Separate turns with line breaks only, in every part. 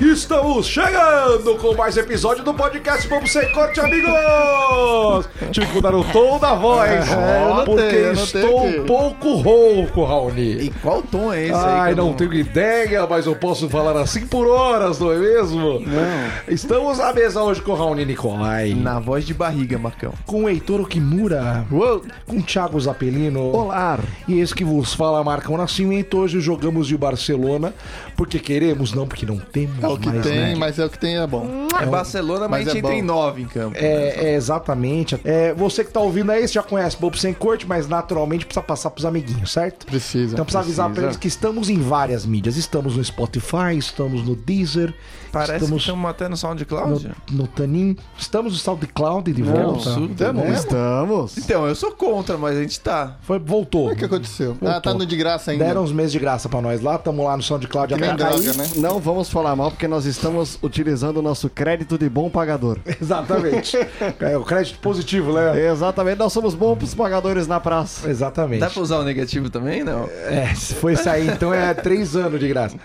Estamos chegando com mais episódio do podcast Vamos Sem Corte, amigos! Tive que mudar o tom da voz,
É, eu notei,
porque
eu notei
estou
que-
um pouco rouco, Raoni.
E qual tom é esse aí?
Ai,
que eu
não tenho ideia, mas eu posso falar assim por horas, não é mesmo?
Não.
Estamos à mesa hoje com o Raoni Nicolai,
Na voz de barriga, Marcão.
com o Heitor Okimura,
Uou.
com o Thiago Zapelino.
Olá.
E esse que vos fala, Marcão Nascimento. Hoje jogamos de Barcelona, porque queremos, não, porque não temos
É o que
mais,
tem,
né?
mas é o que tem, é bom.
É Barcelona, mas,
Mas é
entra
bom.
em nove em campo.
É, é, exatamente. É, você que tá ouvindo aí, você já conhece Bobo Sem Corte, mas naturalmente precisa passar pros amiguinhos, certo?
Precisa,
Então precisa avisar pra
precisa.
eles que estamos em várias mídias. Estamos no Spotify, estamos no Deezer,
Parece
estamos
que estamos até no SoundCloud.
no, no Tanin, estamos no SoundCloud de
Não,
volta.
absurdo,
Tamo-
né?
Estamos.
Então, eu sou contra, mas a gente tá.
Foi, voltou.
O que aconteceu?
Voltou.
Ah, tá no de graça ainda.
Deram uns meses de graça pra nós lá, tamo lá no SoundCloud
Que nem
até
droga,
cair.
né?
Não vamos falar mal porque nós estamos utilizando o nosso crédito de bom pagador.
Exatamente. é o crédito positivo,
É.
né?
Exatamente, nós somos bons pagadores na praça.
Exatamente.
Dá pra usar o negativo também, não?
É, se foi sair, então é três anos de graça.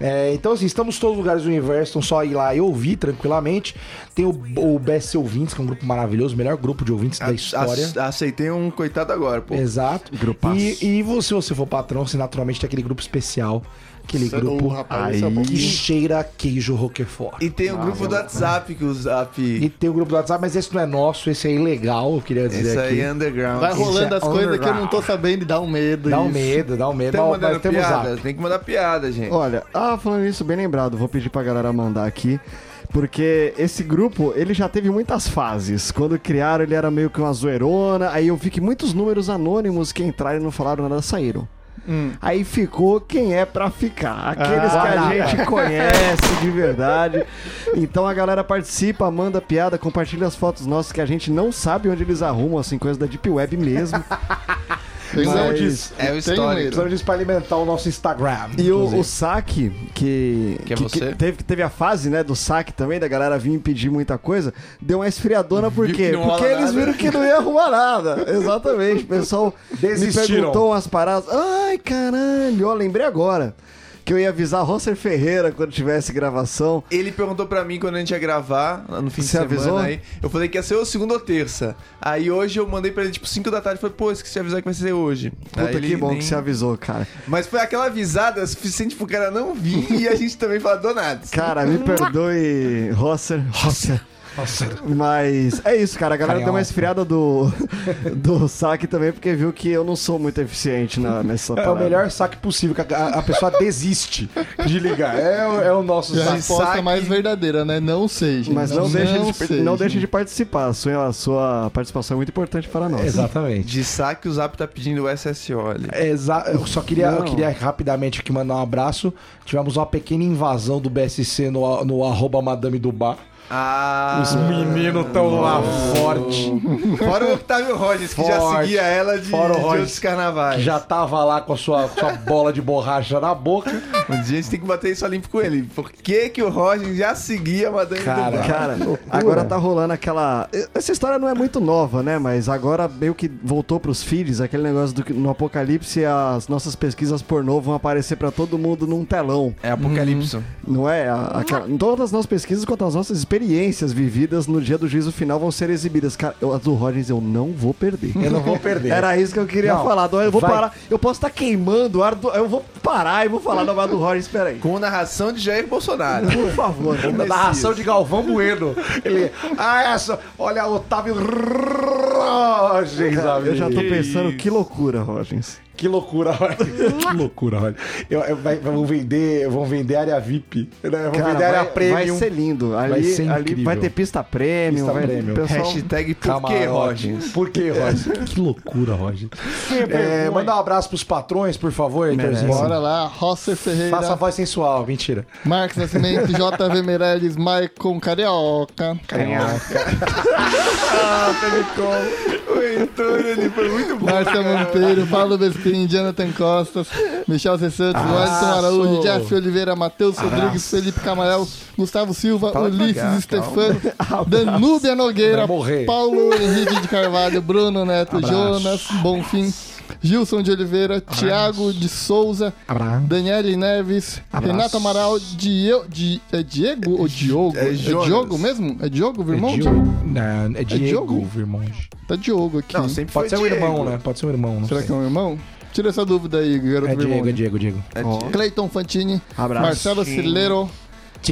É, então, assim, estamos em todos os lugares do universo, então só ir lá e ouvir tranquilamente. Tem o, o BS Ouvintes, que é um grupo maravilhoso, o melhor grupo de ouvintes da história.
A- aceitei um coitado agora, pô.
Exato.
Grupaço.
E, e vo- se você for patrão, você naturalmente tem aquele grupo especial, aquele
Cê-
grupo
Ô, rapaz, esse é bom.
que cheira a queijo roquefort.
E tem o grupo do WhatsApp que o Zap.
E tem o grupo do WhatsApp, mas esse não é nosso, esse é ilegal, eu queria dizer
Isso aí
aqui.
é underground.
Vai rolando
é
as coisas
underground.
que eu não tô sabendo e dá um medo.
Dá um
isso.
medo, dá um medo,
Estamos
mas,
mandando
mas temos
piada.
zap.
Tem que mandar piada, gente.
Olha, ah, falando isso, bem lembrado, vou pedir pra galera mandar aqui. Porque esse grupo, ele já teve muitas fases. Quando criaram, ele era meio que uma zoeirona. Aí eu vi que muitos números anônimos que entraram e não falaram nada saíram. Aí ficou quem é pra ficar. Aqueles que a gente conhece de verdade. Então a galera participa, manda piada, compartilha as fotos nossas que a gente não sabe onde eles arrumam, assim, coisa da Deep Web mesmo.
Tem
Mas-
medo disso.
É
um
o
Tem
histórico.
um
medo.
Precisamos disso pra alimentar o nosso Instagram.
E o,
inclusive.
o saque, que,
Que é você?
teve, que teve a fase né, do saque também, da galera vir impedir muita coisa, deu uma esfriadona por
Viu
quê?
que não rola
Porque eles
nada.
viram que não ia arrumar nada. Exatamente. O pessoal
Desistiram.
me perguntou umas paradas. Ai, caralho, ó, lembrei agora. Que eu ia avisar Rosser Ferreira quando tivesse gravação.
Ele perguntou pra mim quando a gente ia gravar, lá no fim de
Você
semana
avisou?
aí. Eu falei que ia ser ou segunda ou terça. Aí hoje eu mandei pra ele, tipo, 5 da tarde. Falei, pô, esqueci de avisar que vai ser hoje.
Puta,
Aí
que
Ah, ele
bom
nem-
que você avisou, cara.
Mas foi aquela avisada suficiente pro cara não vir e a gente também falar do nada.
Cara, me perdoe, Rosser. Rosser. Mas é isso, cara. A galera
Carioca.
deu uma esfriada do, do saque também, porque viu que eu não sou muito eficiente na,
É
nessa
o
parada.
melhor saque possível, que a, a pessoa desiste de ligar. É, o- é o nosso
A
saque.
resposta
saque.
mais verdadeira, né? Não sei, gente.
Mas não, deixe, de,
sei,
não deixe de
gente.
participar. A sua, a sua participação é muito importante para nós.
Exatamente.
De saque o Zap tá pedindo o SSO ali.
Exa eu só queria, eu
Não.
queria rapidamente aqui mandar um abraço. Tivemos uma pequena invasão do BSC no, no arroba Madame do Bar.
Ah,
Os meninos estão lá forte.
fora o Octavio Rogers, que já
Forte.
seguia ela de,
Fora o
de
Rogers.
outros carnavais.
Já tava lá com a sua, com sua bola de borracha na boca.
Um dia a gente tem que bater isso a limpo com ele. Por que, que o Rogers já seguia a Madame
Cara,
do Bar?
Cara, agora tá rolando aquela. Essa história não é muito nova, né? Mas agora meio que voltou pros feeds aquele negócio do que no apocalipse as nossas pesquisas pornô vão aparecer para todo mundo num telão.
É Apocalipso.
Uhum.
Não é? A- aquela- todas as nossas pesquisas quanto às nossas experiências vividas no dia do juízo final vão ser exibidas. Cara, eu, as do Rodgers eu não vou perder.
Eu não vou perder.
Era isso que eu queria
Não,
falar. Não, eu vou
vai.
parar. Eu posso estar queimando o ar do. Eu vou parar e vou falar da do Rodgers. Espera aí.
Com narração de Jair Bolsonaro.
Por favor.
Da narração de Galvão Bueno. Ele. Ah, essa. Olha, Otávio Rogers,
Cara, eu já tô
amigo.
pensando, que loucura, Rodgers.
Que loucura, olha. Que loucura, olha. Eu, eu- vai- vão, vender, vão vender área VIP. Né? Vão
Cara,
vender área
vai,
premium.
vai ser lindo. Ali ali
Vai
vai,
ser incrível.
ter pista premium.
Pista
vai,
premium.
Pessoal,
Hashtag por que, Rogers?
Por que, Rogers? que loucura, Rogers. É, manda um abraço pros patrões, por favor, Heitorzinho.
Bora lá, Rosser Ferreira,
Faça a voz sensual, mentira.
Marcos Nascimento, JV Meirelles, Maicon Carioca.
o Heitor, ele foi muito bom.
Márcia Monteiro, Paulo Vespin, Jonathan Costas, Michel Z. Santos,
Ah,
Wellington Araújo, Jeff Oliveira, Matheus Rodrigues, Felipe Camarel, Gustavo Silva, Ulisses Stefano, Danúbia Nogueira,
Vai morrer.
Paulo Henrique de Carvalho, Bruno Neto, Jonas Bonfim, Gilson de Oliveira, Thiago de Souza,
Abraço.
Daniele Neves,
Abraço.
Renato Amaral, Diego, Di, é Diego ou Diogo?
é
É,
Jonas.
Diogo mesmo? É Diogo,
É
irmão?
Diogo. Não, é Diego,
Diogo?
irmão.
Tá Diogo aqui.
Não, sempre
Pode ser
foi
um irmão,
Diego.
né? Pode ser um irmão. Não
Será
sei.
que é um irmão? Tira essa dúvida aí, garoto
É
meu
Diego, é
irmão.
Diego, Diego.
É
Ó.
Diego.
Cleiton Fantini,
Abraço.
Marcelo Cileiro,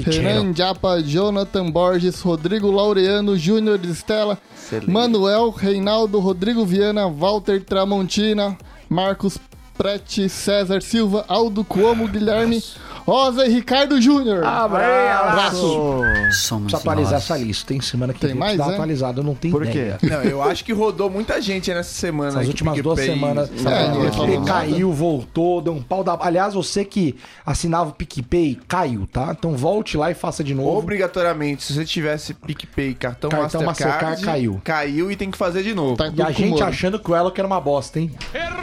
Renan Japa, Jonathan Borges, Rodrigo Laureano, Júnior de Estela,
Excelente.
Manuel, Reinaldo, Rodrigo Viana, Walter Tramontina, Marcos Prete, César Silva, Aldo Cuomo, Guilherme, Rosa e Ricardo Júnior.
Ah,
Abraço.
Somos
Só atualizar
nós.
essa lista. Tem semana que
Tem
vem
mais,
que dar
né?
atualizado. Eu não tenho
Por
ideia.
quê?
Não, eu acho que rodou muita gente nessa semana. aí
Nas
que
últimas
o
duas
PicPay- É.
semanas, sabe,
ninguém
o PicPay
falou nada.
né?
caiu, voltou, deu um pau da. Aliás, você que assinava o PicPay, caiu, tá? Então volte lá e faça de novo.
Obrigatoriamente, se você tivesse PicPay, cartão,
Cartão
Mastercard,
Mastercard, caiu.
Caiu e tem que fazer de novo.
Tá
E a
tudo com
gente
ouro.
achando que o Elo que era uma bosta, hein?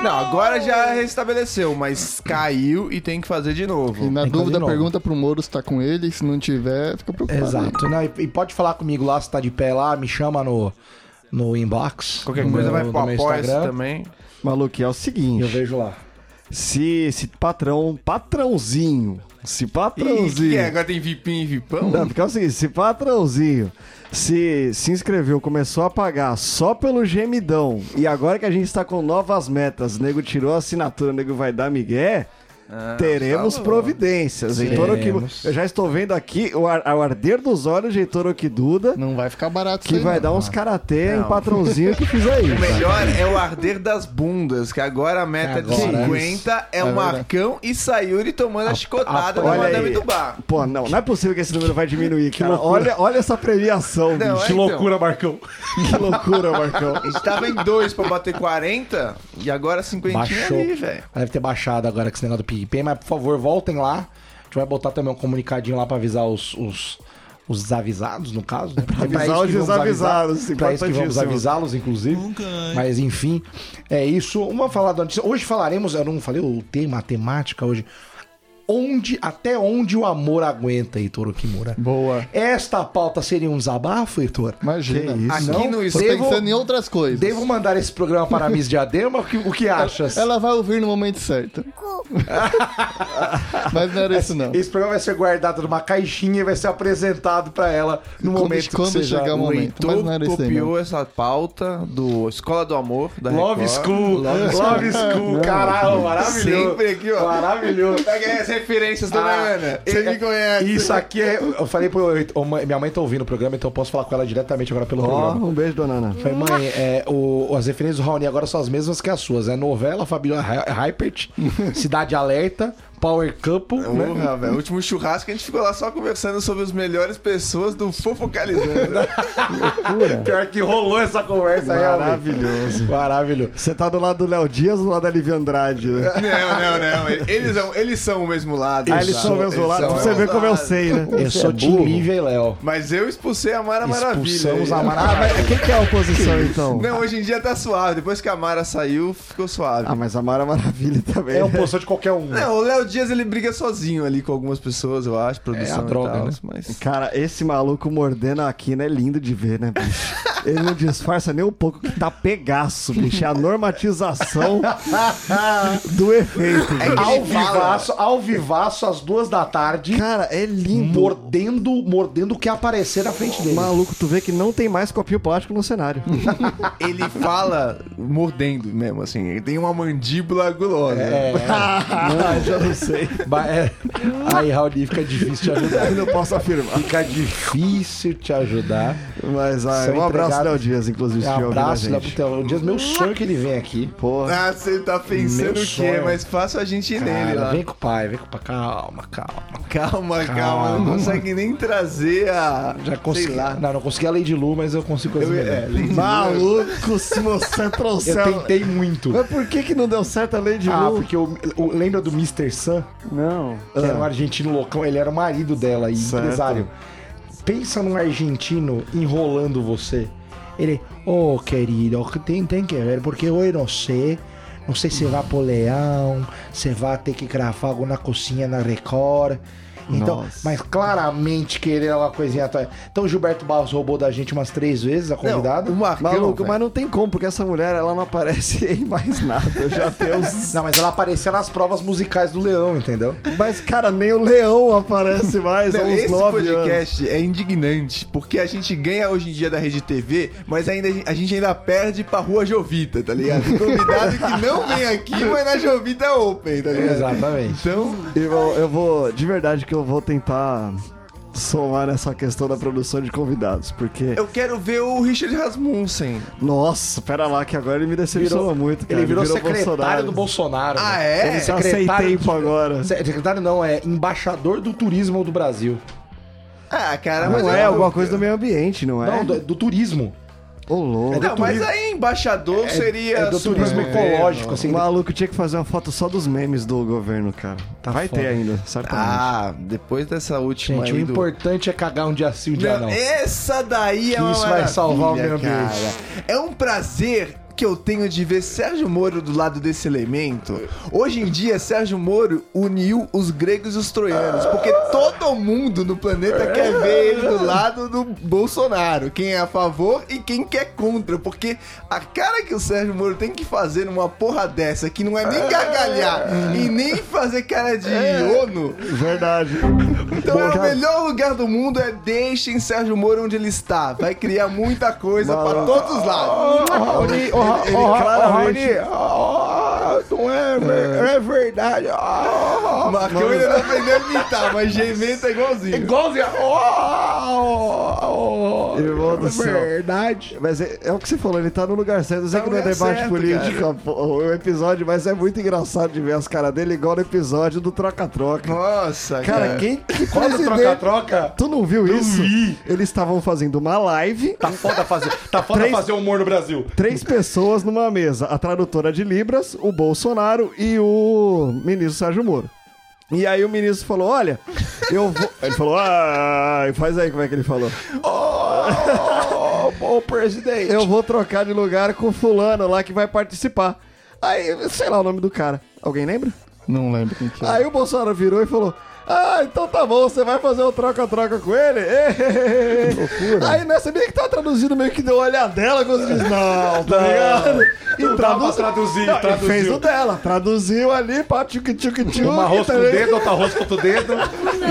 Não, agora já restabeleceu, mas caiu e tem que fazer de
E
novo.
na
Tem que fazer
dúvida,
novo.
pergunta pro Moro se tá com ele. Se não tiver, fica
é
preocupado.
Exato. Não, e, e pode falar comigo lá se tá de pé lá, me chama no, no inbox.
Qualquer
no
coisa
meu-
vai
no
pro
meu
apoia
Instagram,
também.
Maluco, é o
E eu
seguinte.
vejo lá.
Se, se patrão, patrãozinho, se
Ih,
patrãozinho.
que é? Agora tem Vipim e Vipão?
Não, porque é o seguinte, se patrãozinho se, se inscreveu, começou a pagar só pelo gemidão, e agora que a gente está com novas metas, o nego tirou a assinatura, o nego vai dar migué, teremos providências. Heitor Oki-
Teremos.
eu já estou vendo aqui o, ar- o arder dos olhos de Heitor Okiduda,
Não vai ficar barato
que
isso aí,
vai
não.
dar uns karatê em patrãozinho que fizer
O
isso.
melhor é o arder das bundas, que agora a meta de
Agora,
50 é, o Marcão e Sayuri tomando a chicotada
a-
da
olha
madame
aí.
do bar.
Pô, não, não é possível que esse número vai diminuir, cara. Olha, olha essa premiação,
Não,
bicho.
é, então.
Marcão.
Que loucura, Marcão.
A gente tava em 2 pra bater 40 e agora 50
Baixou.
ali, velho.
Deve ter baixado agora com esse negócio do PicPay, mas por favor, voltem lá. A gente vai botar também um comunicadinho lá pra avisar os, os, os desavisados, no caso. Né? Pra
avisar os
Pra
desavisados,
isso que vamos
importantíssimo.
avisá-los, inclusive. Mas enfim, é isso. Uma falar da notícia. Hoje falaremos, eu não falei o tema, a temática hoje. Onde, até onde o amor aguenta, Heitor Kimura.
Boa.
Esta pauta seria um desabafo, Heitor?
Imagina.
Que
Aqui
isso.
Não,
no
tô
Tô
Instagram.
Devo-
pensando em outras coisas.
Devo mandar esse programa para a Miss Diadema? O que, o que achas?
Ela vai ouvir no momento certo. Mas não era isso, não.
Esse programa vai ser guardado numa caixinha e vai ser apresentado pra ela no
Quando-
É momento
quando
que seja
chegar o momento. Mas não
Heitor
era isso aí,
copiou essa pauta do Escola do Amor, da
Love
Record.
School, Love, School, caralho, maravilhoso.
Sempre aqui, ó.
Maravilhoso.
Pega as referências da É.
Ah,
Ana. Ele me conhece.
Isso aqui é. Eu falei pro. ô, mãe, Minha mãe tá ouvindo o programa, então eu posso falar com ela diretamente agora pelo
Ó,
programa.
um beijo, dona Ana.
Falei, mãe, é, o, as referências do Raoni agora são as mesmas que as suas. É novela, Fabíola Hi- Hypert, Cidade Alerta, Power Couple, né?
Porra, velho. O último churrasco a gente ficou lá só conversando sobre as melhores pessoas do Fofocalizando.
Pior que rolou essa conversa aí, amigo.
Maravilhoso.
Maravilhoso.
Você tá do lado do Léo Dias ou do lado da Livi Andrade? né?
não, não, não. Eles são, eles são o mesmo lado.
Ah, eles são o mesmo lado, pra você ver como eu sei, né?
Eu
é
sou Tim Lívia e Léo.
Mas eu expulsei a Mara Maravilha.
Expulsamos a Mara
Ah, mas quem que é a oposição, então?
Não, hoje em dia tá suave. Depois que a Mara saiu, ficou suave.
Ah, mas a Mara Maravilha também.
É um
né?
poção de qualquer um.
Não, o Léo Dias ele briga sozinho ali com algumas pessoas, eu acho, produção.
É a droga,
e tal,
né?
Mas...
Cara, esse maluco mordendo a quina é lindo de ver, né, bicho? Ele não disfarça nem um pouco que tá pegaço, bicho. É a normatização do efeito, bicho.
é
Ao vivaço, ao vivaço, às duas da tarde,
Cara, é lindo.
mordendo, mordendo o que aparecer na frente dele.
Maluco, tu vê que não tem mais copinho plástico no cenário.
Ele fala mordendo mesmo, assim. Ele tem uma mandíbula gulosa.
É,
Ah, já não sei.
ba- é. Aí, Raoni, fica difícil te ajudar.
Eu não posso afirmar.
Fica difícil te ajudar.
Mas ah,
São
um abraço,
entregados.
Léo Dias, inclusive, se estiver ouvindo a
abraço,
gente.
Léo Pitelo. O Dias, meu sonho é que ele vem aqui.
Porra.
Ah, você tá
Meu
pensando o quê?
sonho.
Mas faça a gente ir nele
Cara,
lá.
vem com o pai, vem com o pai. Calma, calma.
Calma, calma, Não consegue nem trazer a.
Já consegui.
Sei lá.
Não, não consegui a Lady Lu, mas eu consigo coisa
Eu- é,
melhor.
Lady Lu.
Maluco, se você trouxer. um-
Eu tentei muito.
Mas por que que não deu certo a Lady
Ah,
Lu? Ah,
porque eu, eu- lembra do Mr. Sun?
Não.
que era um argentino loucão, ele era o marido dela e
Certo.
empresário. Pensa num argentino enrolando você. Ele, oh querido, tem, tem que ver, porque eu não sei. Não sei se vai pro Leão, se vai ter que gravar alguma cozinha na Record. Então,
Nossa.
mas claramente querendo uma coisinha atrás. Então o Gilberto Barros roubou da gente umas três vezes a convidada.
o Marcão,
Maluco,
velho.
mas não tem como, porque essa mulher, ela não aparece em mais nada. Já tem uns...
Não, mas ela apareceu nas provas musicais do Leão, entendeu?
Mas, cara, nem o leão aparece mais. há
Não,
uns
esse
nove anos.
podcast é indignante, porque a gente ganha hoje em dia da Rede TV, mas ainda, a gente ainda perde pra Rua Jovita, tá ligado? Convidado que não vem aqui, mas na Jovita Open, tá ligado?
Exatamente.
Então,
Eu, eu vou, de verdade, que eu vou tentar somar nessa questão da produção de convidados, porque...
eu quero ver o Richard Rasmussen.
Nossa, pera lá, que agora ele me decepcionou muito, cara.
ele virou, secretário do Bolsonaro.
Ah,
né?
é?
Ele
Eu sei
secretário
tempo agora.
Se- Secretário não, é embaixador do turismo do Brasil.
Ah, cara, mas
Não
eu-
é alguma coisa do meio ambiente, não é?
Não, do, do turismo.
Ô, louco.
Não, mas
turismo.
aí embaixador seria.
é do
super-
turismo ecológico, assim.
O maluco tinha que fazer uma foto só dos memes do governo, cara. Vai ter ainda, certamente.
Ah, depois dessa última
Gente, o
aí do-
importante é cagar um dia sim, um dia não.
Não, essa daí é
Que
uma
isso vai salvar o
maravilha,
meio ambiente.
cara. É um prazer que eu tenho de ver Sérgio Moro do lado desse elemento. Hoje em dia, Sérgio Moro uniu os gregos e os troianos, porque todo mundo no planeta quer ver ele do lado do Bolsonaro, quem é a favor e quem quer contra, porque a cara que o Sérgio Moro tem que fazer numa porra dessa, que não é nem
É.
gargalhar e nem fazer cara de iono,
Verdade.
então é o
cara,
melhor lugar do mundo é deixem Sérgio Moro onde ele está. Vai criar muita coisa pra todos os lados.
Raoni, ô, Ra- ô, Ra- ô, Raoni, ó, não é, ver- não é verdade. ó.
Marcão ainda não aprendeu a imitar, mas gemer tá
É
igualzinho.
igualzinho. ó, ó, ó.
Irmão do
É
céu.
Verdade.
Mas é, é o que você falou, ele tá no lugar certo. Eu sei
Tá
que
no
não é
lugar
debate
certo,
político pô, o episódio, mas é muito engraçado de ver as caras dele, igual no episódio do Troca-Troca.
Nossa,
Cara, quem que
Quando
presidente-
troca-troca,
Tu não viu isso? Eles estavam fazendo uma live,
tá foda fazer, tá foda
Três-
fazer humor no Brasil.
três pessoas numa mesa. A tradutora de Libras, o Bolsonaro e o ministro Sérgio Moro. E aí o ministro falou, olha, eu vou... Ele falou, ah, faz aí como é que ele falou.
Ô, ô, presidente.
eu vou trocar de lugar com o fulano lá que vai participar. Aí, sei lá o nome do cara. Alguém lembra?
Não lembro quem que é.
Aí o Bolsonaro virou e falou: Ah, então tá bom, você vai fazer o troca-troca com ele? Aí nessa menina que tava traduzindo meio que deu uma olhadela quando disse: Não, tá ligado?
Não dá pra traduzir,
Não, e
traduziu.
fez o dela, traduziu ali, pá, tá tchuc tchuc tchuc.
Uma rosca com o
entendeu?
dedo, outra rosca com outro dedo.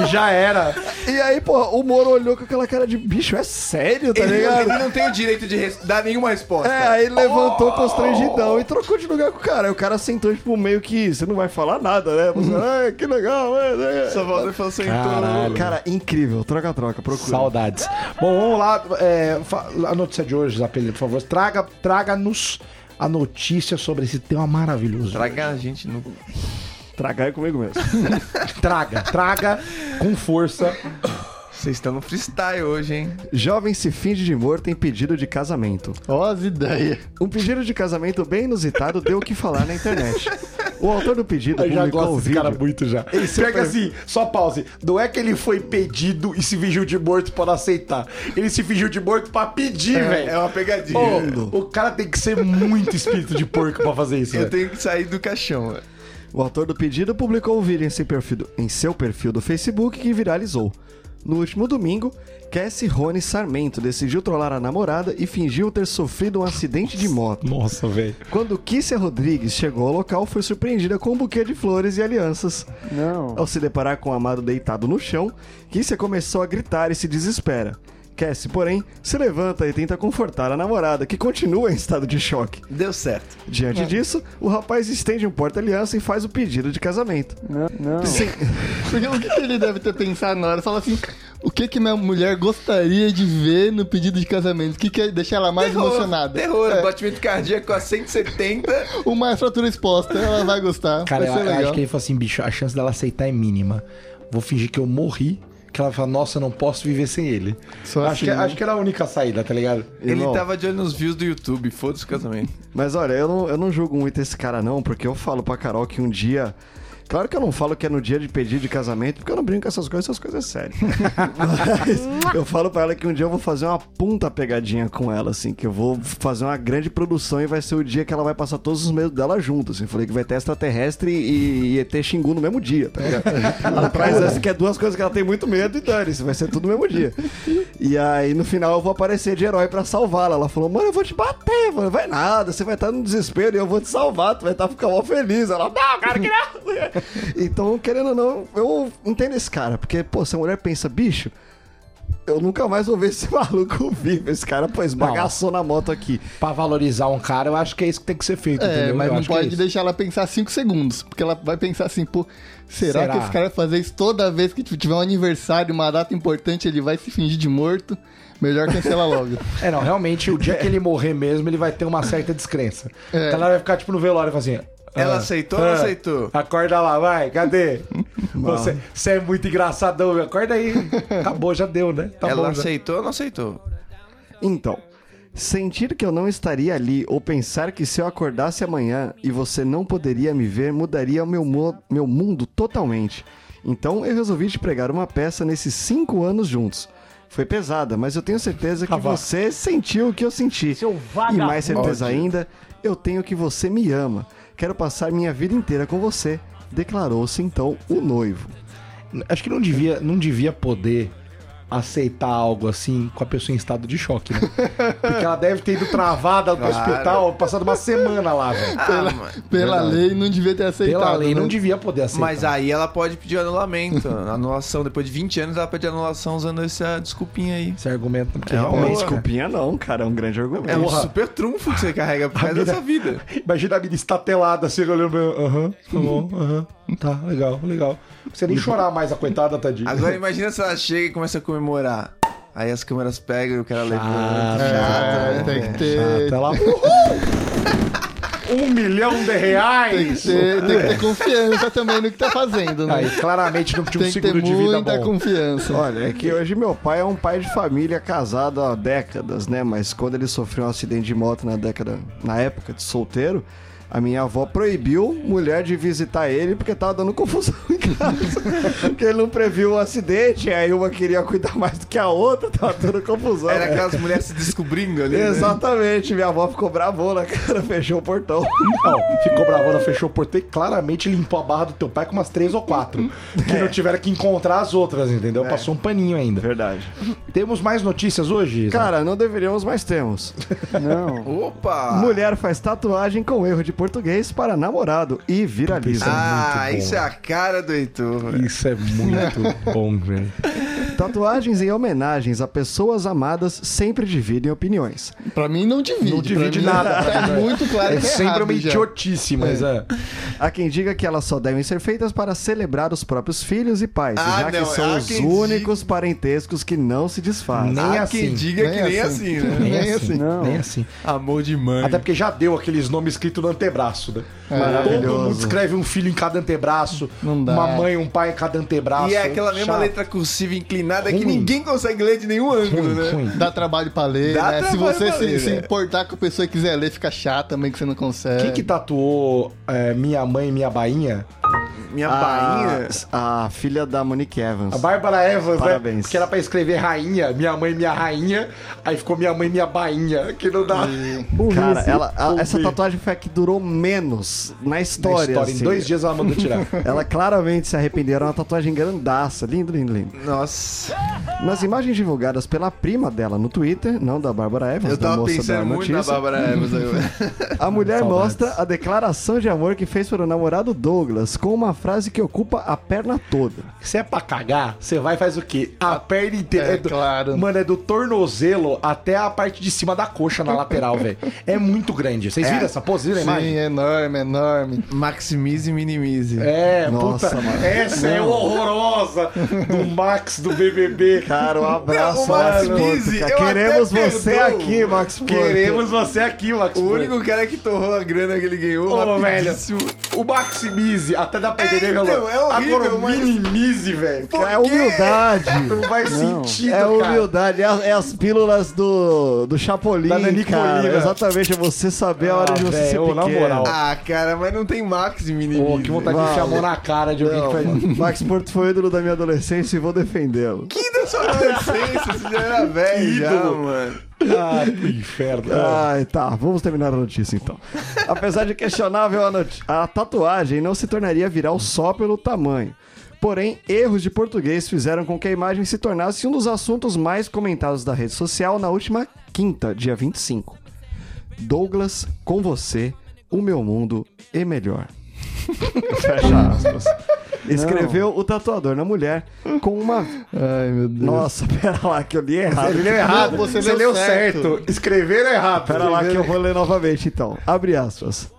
e já era.
E aí, porra, o Moro olhou com aquela cara de bicho, é sério, tá
ele,
ligado?
ele não tem o direito de res- dar nenhuma resposta.
É, aí levantou constrangidão
Oh.
e trocou de lugar com o cara. Aí o cara sentou, tipo, meio que você não vai falar nada, né? Você,
Uhum.
ah, que legal, é, é.
Só falta falou assim,
Caralho.
Cara, incrível. Troca, troca, procura.
Saudades. Bom, vamos lá. é, fa- a notícia de hoje, Zapelli, por favor. Traga- Traga-nos a notícia sobre esse tema maravilhoso.
Traga a gente no.
Traga aí comigo mesmo.
Traga, traga com força.
Vocês estão no freestyle hoje, hein?
Jovem se finge de morto em pedido de casamento.
Ó as ideias.
Um pedido de casamento bem inusitado deu o que falar na internet. O autor do pedido
Eu já
publicou
gosto
o
desse
vídeo.
cara muito já. Pega assim, só pause. Não é que ele foi pedido e se fingiu de morto para aceitar. Ele se fingiu de morto pra pedir, velho.
É uma pegadinha.
Ô, o cara tem que ser muito espírito de porco pra fazer isso.
Eu
velho.
tenho que sair do caixão.
O autor do pedido publicou o vídeo em seu perfil do, em seu perfil do Facebook que viralizou. No último domingo, Cassie Rony Sarmento decidiu trollar a namorada e fingiu ter sofrido um acidente de moto.
Nossa, velho.
Quando Kissia Rodrigues chegou ao local, foi surpreendida com um buquê de flores e alianças.
Não.
Ao se deparar com o amado deitado no chão, Kissia começou a gritar e se desespera. Cassie, porém, se levanta e tenta confortar a namorada, que continua em estado de choque.
Deu certo.
Diante disso, o rapaz estende um porta-aliança e faz o pedido de casamento.
Não, não.
Sim.
Porque o que, que ele deve ter pensado na hora? Fala assim, o que que minha mulher gostaria de ver no pedido de casamento? O que que é deixar ela mais emocionada?
Terror,
É,
batimento cardíaco a 170.
uma fratura exposta, ela vai gostar.
Cara, eu,
vai ser
eu
legal.
acho que ele falou assim, bicho, a chance dela aceitar é mínima. Vou fingir que eu morri. Que ela fala, nossa, eu não posso viver sem ele.
Só
acho,
assim,
que,
né?
acho que era a única saída, tá ligado?
Ele
Irmão.
tava de olho nos views do YouTube, foda-se o casamento.
Mas olha, eu não, eu não julgo muito esse cara, não, porque eu falo pra Carol que um dia. Claro que eu não falo que é no dia de pedido de casamento, porque eu não brinco com essas coisas, essas coisas é sério. Mas eu falo pra ela que um dia eu vou fazer uma puta pegadinha com ela, assim, que eu vou fazer uma grande produção e vai ser o dia que ela vai passar todos os medos dela junto, assim. Eu Falei que vai ter extraterrestre e, e ET Xingu no mesmo dia, tá ligado? ela traz essa que é duas coisas que ela tem muito medo e dane-se, vai ser tudo no mesmo dia. E aí no final eu vou aparecer de herói pra salvá-la. Ela falou, mano, eu vou te bater, mano, vai nada, você vai estar no desespero e eu vou te salvar, tu vai estar ficando mal feliz. Ela, não, cara, que não. então, querendo ou não, eu entendo esse cara, porque, pô, se a mulher pensa, bicho, eu nunca mais vou ver esse maluco vivo. Esse cara, pô, esbagaçou na moto aqui.
Pra valorizar um cara, eu acho que é isso que tem que ser feito,
É,
entendeu?
mas
Eu
não
acho que é
pode
isso.
deixar ela pensar 5 segundos. Porque ela vai pensar assim, pô, será,
Será?
que esse cara vai fazer isso toda vez que tiver um aniversário, uma data importante, ele vai se fingir de morto? Melhor cancelar logo.
É, não, realmente, o dia que ele morrer mesmo, ele vai ter uma certa descrença.
É.
A galera vai ficar, tipo, no velório e falar assim...
Ela
"Ah,
aceitou ou não
ah,
aceitou?"
Acorda lá, vai, cadê? Você, você é muito engraçadão, meu. acorda aí. Acabou, já deu, né? Tá
Ela
bom, já.
aceitou ou não aceitou?
Então, sentir que eu não estaria ali ou pensar que se eu acordasse amanhã e você não poderia me ver mudaria o meu, mo- meu mundo totalmente. Então eu resolvi te pregar uma peça nesses cinco anos juntos. Foi pesada, mas eu tenho certeza que
Ah, vá.
você sentiu o que eu senti.
Seu
e
vagabundo.
mais certeza ainda, eu tenho que você me ama. Quero passar minha vida inteira com você. Declarou-se então o noivo.
Acho que não devia, não devia poder aceitar algo assim com a pessoa em estado de choque, né? Porque ela deve ter ido travada pro hospital, passado uma semana lá, velho.
Ah, mano.
Pela lei, não devia ter aceitado.
Pela lei,
né?
não devia poder aceitar.
Mas aí ela pode pedir anulamento, anulação. Depois de 20 anos, ela pede anulação usando essa desculpinha aí.
Esse argumento... né? Porque
É uma
realmente,
boa.
cara,
Desculpinha não, cara, é um grande argumento.
É um
Porra.
super trunfo que você carrega por causa da sua vida.
né?
Imagina a menina estatelada, assim, olhando pra mim, aham, tá bom, aham, tá, legal, legal. Não precisa nem chorar mais, a coitada, tadinha.
Agora imagina se ela chega e começa a comemorar. Aí as câmeras pegam e o cara
Ah,
levanta.
É, tem que ter.
Tá lá, uhul! Um milhão de
Tem que,
reais!
ter, tem que ter confiança também no que tá fazendo, né?
É Aí, claramente não tinha um
tem que ter
seguro de vida
muita
bom.
confiança.
Olha, é que hoje meu pai é um pai de família casado há décadas, né? Mas quando ele sofreu um acidente de moto na década, na época de solteiro, a minha avó proibiu mulher de visitar ele porque tava dando confusão em casa. porque ele não previu o acidente, aí uma queria cuidar mais do que a outra, tava dando confusão.
Era aquelas mulheres se descobrindo ali. né?
Exatamente, minha avó ficou bravona, cara, fechou o portão.
Não, Então, ficou bravona, fechou o portão e claramente limpou a barra do teu pai com umas três ou quatro. Que não tiveram que encontrar as outras, entendeu? Passou um paninho ainda.
Verdade.
Temos mais notícias hoje? Isa?
Cara, não deveríamos mais termos. Não.
Opa!
Mulher faz tatuagem com erro de português para namorado e viraliza.
Ah,
muito bom.
isso é a cara do Heitor. velho.
Isso é muito bom, velho.
Tatuagens em homenagens a pessoas amadas sempre dividem opiniões.
Pra mim não divide.
Não divide
pra mim,
nada.
Tá muito claro
É
que é
sempre
errado
uma
já.
idiotice, mas é.
Há quem diga que elas só devem ser feitas para celebrar os próprios filhos e pais,
Ah,
já
não,
que são
há
os
quem
únicos parentescos que não se desfazem.
Nem
Há
assim.
quem diga
Nem
que nem assim,
assim.
É. né?
Nem,
Nem
assim,
assim,
não.
nem assim.
Amor de mãe.
Até porque já deu aqueles nomes escritos no antebraço, né?
Maravilhoso.
Todo mundo escreve um filho em cada antebraço,
Não dá.
uma mãe, um pai em cada antebraço.
E é aquela mesma
Chato.
letra cursiva inclinada que
Ruim.
ninguém consegue ler de nenhum ângulo, né?
Ruim.
Dá trabalho pra ler,
Dá
né? Se
trabalho
você
pra
se,
ler,
se
velho.
importar com a pessoa e quiser ler, fica chato também que você não consegue.
Quem que tatuou é, Minha Mãe e Minha Bainha?
Minha
Ah,
bainha.
Ah, A, a filha da Monique Evans.
A Bárbara Evans, né?
Parabéns.
Porque era pra escrever rainha, Minha Mãe e Minha Rainha, aí ficou Minha Mãe e Minha Bainha, que não dá.
Cara, ela- a-
Ouvi.
essa tatuagem foi a que durou menos na
Na
história.
história, em
assim.
dois dias ela mandou tirar.
Ela claramente se arrependeu. Era uma tatuagem grandaça. Lindo, lindo, lindo.
Nossa.
Nas imagens divulgadas pela prima dela no Twitter, não da Bárbara Evans,
Eu
da
tava
moça da
pensando muito
notícia,
na Bárbara Evans agora.
a mulher
Saudades.
mostra a declaração de amor que fez para o namorado Douglas com uma frase que ocupa a perna toda.
Se é pra cagar, você vai e faz o quê? A perna inteira.
é
do-
claro.
Mano, é do tornozelo até a parte de cima da coxa na lateral, velho. É muito grande. Vocês viram essa pose? Viram a
Sim,
imagem?
enorme, enorme.
Maximize e minimize.
É,
Nossa,
puta.
mano.
Essa é horrorosa do Max do BBB.
Cara, um abraço,
Não, o Max
Max Porto,
Mizzi,
cara.
eu
Queremos
até
você
perdoo.
aqui, Max Porto.
Queremos você aqui, Max.
O único cara que torrou a grana que ele ganhou,
Ô, velho,
rapidíssimo.
o Maximize, até dá pra
É,
entender,
então,
Relô.
é horrível,
Agora o
mas-
Minimize, velho.
Por
É
quê?
humildade.
Não faz
Não,
sentido,
é
cara.
humildade, é, é as pílulas regras do, do Chapolin,
Da Nani
cara.
Colina.
Exatamente, é você saber a hora de
Ah,
você
velho,
ser
ô,
pequeno.
na moral.
Ah, cara, mas não tem Max, menino.
Pô, que vontade de
Vale.
chamar na cara de alguém
Não,
que faz.
mano, Max Porto foi ídolo da minha adolescência e vou defendê-lo.
Que da sua adolescência, você já era velho já,
ídolo.
mano.
Ah, pro inferno.
Ai, tá, vamos terminar a notícia então. Apesar de questionável a, noti- a tatuagem não se tornaria viral só pelo tamanho. Porém, erros de português fizeram com que a imagem se tornasse um dos assuntos mais comentados da rede social na última quinta, dia 25. Douglas, com você, o meu mundo é melhor. Fecha aspas. Escreveu o tatuador na mulher com uma.
Ai, meu Deus.
Nossa, pera lá, que eu li errado. né?
Ele leu errado.
Não, você leu certo.
Escreveram errado.
Pera lá
né?
que eu vou ler novamente, então. Abre aspas.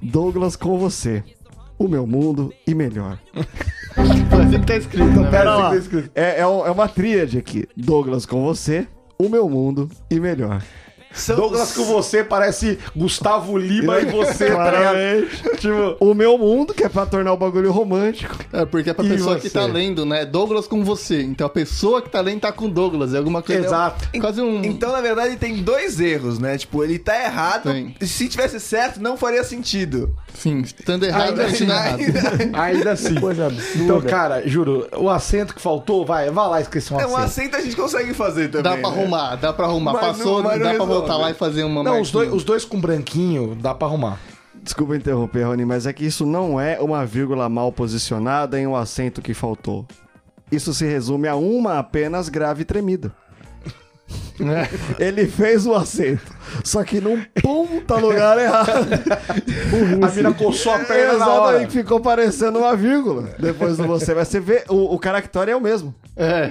Douglas com você. O meu mundo e melhor.
Foi assim que tá escrito. Então,
Pera lá. É, é um- é uma tríade aqui. Douglas com você. O meu mundo e melhor.
São-
Douglas com você parece Gustavo Lima e você,
é
tá ligado? Tipo,
O meu mundo, que é pra tornar o bagulho romântico.
É porque é pra
E
pessoa que
você?
tá lendo, né? Douglas com você. Então a pessoa que tá lendo tá com Douglas. É alguma coisa.
Exato.
É quase um.
Então, na verdade, tem dois erros, né? Tipo, ele tá errado.
Tem.
Se tivesse certo, não faria sentido.
Sim, estando errado,
assim,
assinar errado.
ainda assim.
Coisa absurda.
Então, cara, juro, o acento que faltou, vai, vai lá esquecer um
É um
acento.
aceito a gente consegue fazer também.
Dá
né?
pra arrumar, dá pra arrumar.
Mas não-
Passou,
mas não
dá pra
resolve.
voltar lá e fazer uma
Não, os
marquinha.
dois, os dois com branquinho dá pra arrumar.
Desculpa interromper, Rony, mas é que isso não é uma vírgula mal posicionada em um acento que faltou. Isso se resume a uma apenas grave e tremida. Ele fez o acento, só que num puta lugar errado.
A mina coçou a perna na hora.
Um É, Exatamente, ficou parecendo uma vírgula. Depois do você vai você vê, o, o caractere é o mesmo.
É,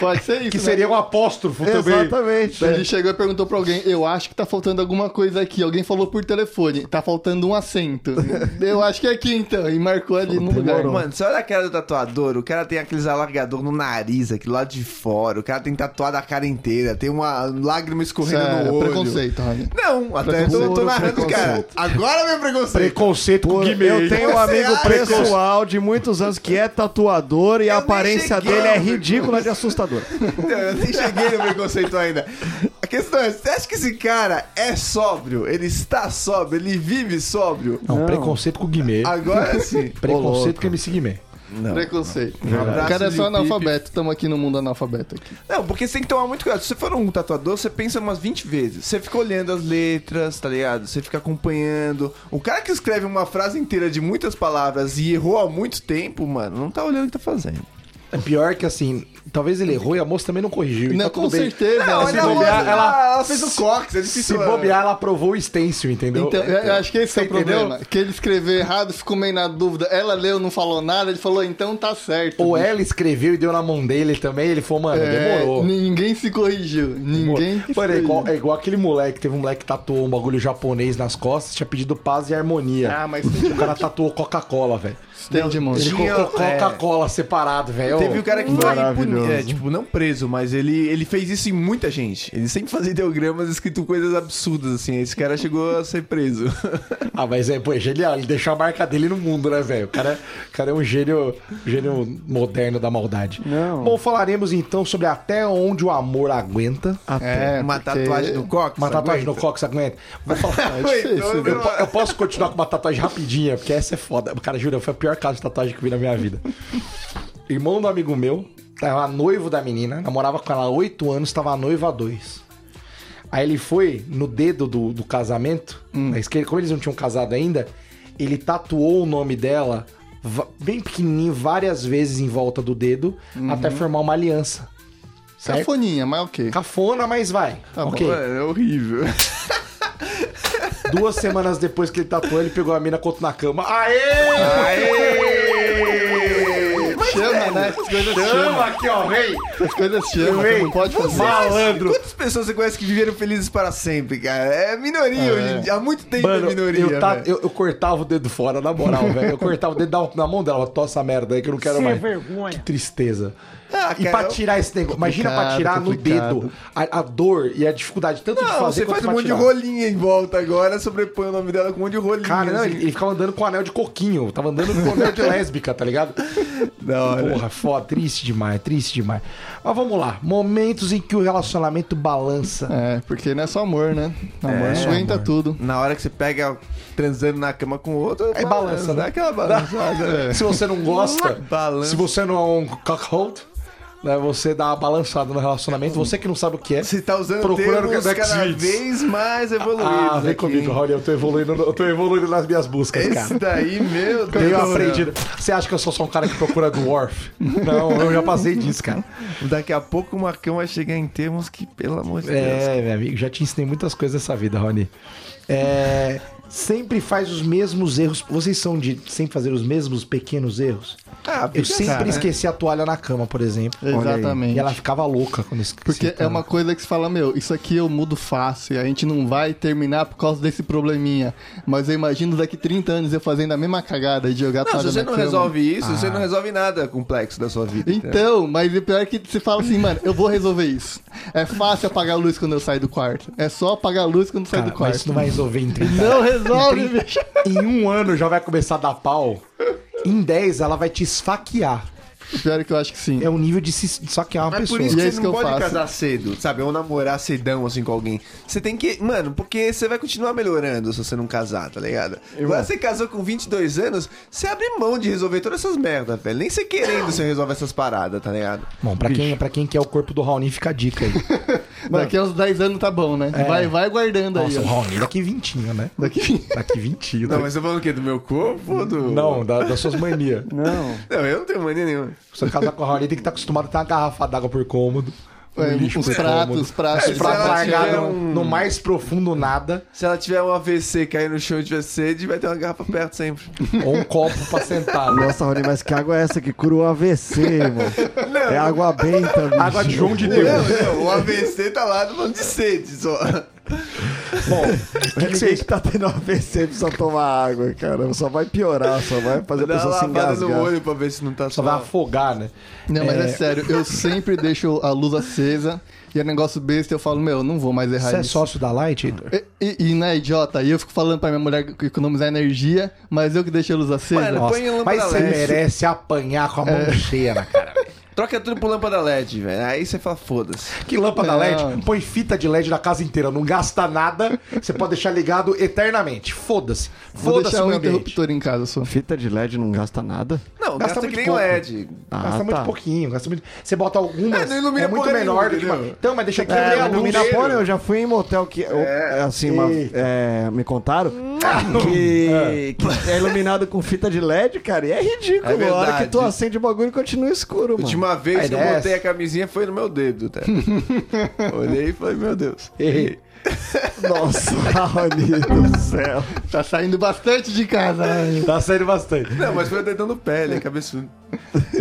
pode ser isso.
Que
né?
seria um apóstrofo também.
Exatamente.
Daí Ele chegou e perguntou pra alguém: Eu acho que tá faltando alguma coisa aqui. Alguém falou por telefone: Tá faltando um acento. Eu acho que é aqui então. E marcou ali no lugar.
Demorou.
Mano,
Mano, você olha a cara do tatuador, o cara tem aqueles alargador no nariz, aqui do lado de fora, o cara tem tatuado a cara inteira, tem uma lágrima escorrendo
sério,
no olho.
é preconceito, Rony.
Não, até eu tô, eu tô
Puro
narrando os caras.
preconceito.
Agora meu preconceito.
Preconceito com
Por-
Guimê.
eu tenho um
Você
amigo
acha?
pessoal de muitos anos que é tatuador e
Eu
a
nem
aparência
cheguei
dele é
ao
ridícula de assustadora.
Não, eu nem cheguei no preconceito ainda. A questão é, você acha que esse cara é sóbrio? Ele está sóbrio? Ele vive sóbrio?
Não,
Não.
preconceito com o Guimê.
Agora sim.
Preconceito com o MC Guimê.
Preconceito.
Verdade.
O cara é só
Abraço de
analfabeto. Estamos aqui no mundo analfabeto. Aqui.
Não, porque você tem que tomar muito cuidado. Se você for um tatuador, você pensa umas 20 vezes. Você fica olhando as letras, tá ligado? Você fica acompanhando. O cara que escreve uma frase inteira de muitas palavras e errou há muito tempo, mano, não tá olhando o que tá fazendo.
É Pior que assim, talvez ele errou e a moça também não corrigiu.
Não,
Então,
com
tudo bem.
certeza.
Não,
né?
se
olha a
bobear,
outra,
ela-
ela fez o cox, é difícil.
Se bobear, ela aprovou o stencil, entendeu?
Então, eu- eu acho que esse é o
Você entendeu?
problema. Que ele escreveu errado, ficou meio na dúvida. Ela leu, não falou nada, ele falou, então tá certo.
Ou ela escreveu e deu na mão dele também, ele falou, mano,
É,
demorou.
Ninguém se corrigiu. Ninguém
Mano, é
se corrigiu.
igual, é igual aquele moleque, teve um moleque que tatuou um bagulho japonês nas costas, tinha pedido paz e harmonia.
Ah, mas
O cara tatuou Coca-Cola, velho.
entende, mano.
Ele
Tinha-
colocou
é.
Coca-Cola separado, velho.
Teve o cara que foi
Maravilhoso.
punido, é, tipo, não preso, mas ele, ele fez isso em muita gente. Ele sempre fazia ideogramas escrito coisas absurdas, assim. Esse cara chegou a ser preso.
Ah, mas é, pô, é genial. Ele deixou a marca dele no mundo, né, velho? O cara, o cara é um gênio, gênio moderno da maldade.
Não.
Bom, falaremos então sobre até onde o amor aguenta.
Até.
uma
É, porque-
tatuagem no cox.
É, Uma tatuagem no
aguenta?
Cox é aguenta. Vou falar.
Foi,
difícil,
então,
Eu, po- eu posso continuar com uma tatuagem rapidinha, porque essa é foda. Cara, juro, foi o pior caso de tatuagem que eu vi na minha vida. Irmão do amigo meu, tava noivo da menina, namorava com ela há 8 anos, tava noivo há 2. Aí ele foi no dedo do, do casamento,
Hum.
na esquerda, como eles não tinham casado ainda, ele tatuou o nome dela va- bem pequenininho, várias vezes em volta do dedo,
Uhum.
até formar uma aliança. Certo?
Cafoninha, é mas o quê?
Cafona, mas vai.
Tá bom.
ok.
Mano, é horrível.
Duas semanas depois que ele tatuou, ele pegou a mina conto na cama. Aê!
Chama, né? Essas coisas chamam.
aqui, ó, rei!
Essas coisas chamam. Você não pode fazer.
Malandro!
é. Quantas pessoas você conhece que viveram felizes para sempre, cara? É minoria
É.
hoje em dia. Há muito tempo
Mano,
é minoria.
eu, ta-
velho.
eu- eu cortava o dedo fora, na moral, velho. Eu cortava o dedo na, na mão dela, tossa essa merda aí que eu não quero mais. vergonha. Que tristeza.
Ah,
e
cara,
pra
eu-
tirar esse negócio. Imagina pra
Complicado,
tirar no
complicado.
dedo a, a dor e a dificuldade tanto de
Não,
fazer
você
quanto
faz um
pra
monte de
tirar.
rolinha em volta agora, sobrepõe o nome dela com um monte de rolinha.
Cara, não,
assim.
ele, ele ficava andando com o anel de coquinho. Tava andando com o anel de lésbica, tá ligado?
Da hora.
Porra, foda, triste demais, triste demais. Mas vamos lá. Momentos em que o relacionamento balança.
É, porque não é só amor, né? Amor
É,
aguenta
amor.
tudo.
Na hora que você pega transando na cama com o outro,
É balança, né?
Aquela balançada.
Se você não gosta,
Balança.
se você não é um cockhold, né, você dá uma balançada no relacionamento. Você que não sabe o que é.
Você tá usando
Procura no
termos
Xvideos.
cada vez mais evoluídos.
Ah, vem
aqui,
comigo,
hein?
Raul, eu tô evoluindo, eu tô evoluindo nas minhas buscas, cara.
Esse daí, meu Deus.
Eu aprendi. Você acha que eu sou só um cara que procura dwarf? Não, eu já passei disso, cara.
Daqui a pouco o Marcão vai chegar em termos que, pelo amor de Deus.
É, meu amigo, já te ensinei muitas coisas nessa vida, Rony. É, sempre faz os mesmos erros. Vocês são de sempre fazer os mesmos pequenos erros?
Ah,
Eu
fica
sempre
assim, né?
esqueci a toalha na cama, por exemplo.
Olha aí.
Exatamente.
E ela ficava louca quando esquecia.
Porque é
cara.
uma coisa que você fala, meu, isso aqui eu mudo fácil, a gente não vai terminar por causa desse probleminha. Mas eu imagino daqui 30 anos eu fazendo a mesma cagada de jogar
Não,
toalha
se você
na
não
cama.
resolve isso,
Ah.
você não resolve nada complexo da sua vida.
Então, mas o pior é que você fala assim, mano, eu vou resolver isso. É fácil apagar a luz quando eu saio do quarto. É só apagar a luz quando sai
Cara,
do
mas isso
quarto.
não vai resolver em 30
Não resolve,
Trinta-
bicho.
Em um ano já vai começar a dar pau. Em 10 ela vai te esfaquear.
Pior é que eu acho que sim.
É o nível de se esfaquear uma
Mas
pessoa.
por isso
E
que
é
você
isso
não
que eu
pode
faço.
casar cedo, sabe? Ou namorar cedão, assim, com alguém. Você tem que... Mano, porque você vai continuar melhorando se você não casar, tá ligado? Agora você casou com 22 anos, você abre mão de resolver todas essas merdas, velho. Nem você querendo você resolve essas paradas, tá ligado?
Bom, pra quem, pra quem quer o corpo do Raoni, fica a dica aí.
Daqui a uns 10 anos tá bom, né? Vai, vai guardando
É. Nossa, o
aí. ó.
Raoni daqui vintinho, né?
Daqui...
Daqui vintinho.
Não,
Não,
mas você tá falando o quê? Do meu corpo ou do...
não da- das suas manias.
Não.
Não, eu não tenho mania nenhuma.
Se você casar com o Raoni, tem que estar acostumado a ter uma garrafa d'água por cômodo. Um
É,
lixo
os
por
pratos,
cômodo. É,
os pratos.
Os
eles
pratos
ela
largados
tiver
no-
um-
no mais profundo nada.
Se ela tiver um AVC, cair no chão e tiver sede, vai ter uma garrafa perto sempre.
Ou um copo pra sentar. né?
Nossa, Rony, mas que água é essa que cura o AVC, mano? É água benta, bicho.
Água de João de
Não,
Deus.
não, o AVC tá lá no de sede só.
Bom,
O que, que tá tendo AVC precisa tomar água, cara. Só vai piorar, só vai fazer a
Dá uma
pessoa se
lavada no
engasgar.
olho pra ver se não tá
só vai afogar, né?
Não, mas é sério, eu sempre deixo a luz acesa e é negócio besta eu falo, meu, não vou mais errar
Você é
isso.
sócio da Light? Heitor?
E, e, e não é idiota, e eu fico falando pra minha mulher economizar energia, mas eu que deixo a luz acesa.
Mano,
Nossa,
Põe a lâmpada
mas você
LED.
merece apanhar com a mão cheia na cara.
Troca tudo por lâmpada LED, velho. Aí você fala, foda-se.
Que lâmpada
Não.
LED? Põe fita de LED na casa inteira, não gasta nada, você pode deixar ligado eternamente. Foda-se.
Vou
Foda-se
deixar
o
um
meio ambiente.
interruptor em casa só.
Fita de LED não gasta nada?
Não,
Gasta
gasta,
muito
que nem
pouco.
LED.
Ah,
gasta muito
tá.
pouquinho, gasta muito. Você bota algumas.
É, não ilumina
é muito
porra
menor
nenhuma,
do que. uma-
entendeu?
Então, mas deixa aqui
É,
abrir a
mas no
luz.
Mirapora eu já fui em motel que. eu- assim, uma-
Eita.
é, me contaram que, que é iluminado com fita de LED, cara. E é ridículo.
É
a hora
verdade.
que tu acende o bagulho continua escuro,
A
mano.
última vez
Aí
que eu
desce.
botei a camisinha foi no meu dedo, tá? Olhei e falei, meu Deus.
Errei.
Nossa, Rony do céu.
Tá saindo bastante de casa, né?
Tá saindo bastante.
Não, mas foi o dedão do pé, né? Cabeçudo.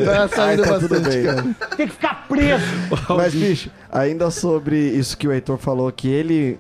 Tá saindo
tá tudo
bastante,
bem.
cara.
Mas, bicho, ainda sobre isso que o Heitor falou, que ele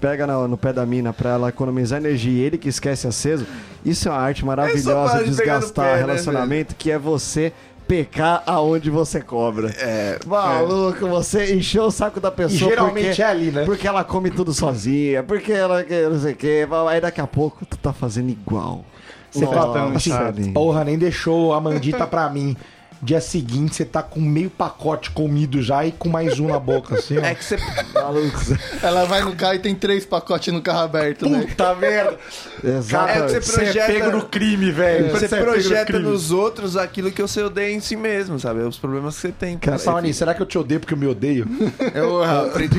pega na- no, pé da mina pra ela economizar energia e ele que esquece aceso, isso é uma arte maravilhosa
para
de
de pegar no
desgastar
pé, né,
relacionamento, que é você pecar aonde você cobra.
É.
Maluco, você encheu o saco da
E
pessoa
geralmente
porque,
é ali, né?
porque ela come tudo sozinha, porque ela que- não sei o que, aí daqui a pouco tu tá fazendo igual.
Você
Nossa, é
fala tão
Aline.
Porra, nem deixou a mandita pra mim. Dia seguinte, você tá com meio pacote comido já e com mais um na boca, assim, ó.
É que você.
Maluco.
Ela vai no carro e tem três pacotes no carro aberto, né?
Puta merda!
Exatamente.
É que você
Você é
projeta-
pego no crime, velho.
Você
é pego no
projeta
crime.
nos outros aquilo que você odeia em si mesmo, sabe? É Os problemas que você tem.
Cara,
é
Saoni, será que eu te odeio porque eu me odeio?
Eu aprendi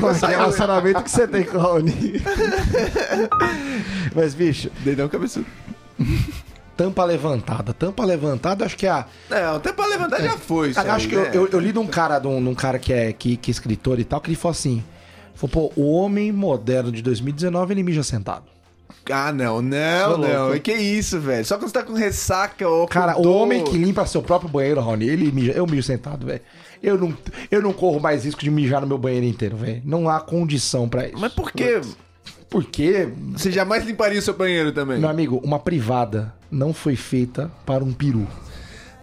com
Esse um
É
relacionamento que você tem com a Raoni. Mas, bicho,
Dedão cabeçudo.
Tampa levantada. Tampa levantada, acho que é a.
Não, até pra levantar já foi. isso
Cara, eu É. acho
aí,
que
né?
eu, eu, eu li de um cara, de um, de um cara que é que, que é escritor e tal, que ele falou assim: falou, pô, o homem moderno de 2019 ele mija sentado.
Ah, não, não, não. E que isso, velho? Só quando você tá com ressaca ou. com
Cara, o
dor.
homem que limpa seu próprio banheiro, Rony, ele mija. Eu mijo sentado, velho. Eu não, eu não corro mais risco de mijar no meu banheiro inteiro, velho. Não há condição pra isso.
Mas por quê?
Porque,
Você jamais limparia o seu banheiro também.
meu amigo, uma privada não foi feita para um peru.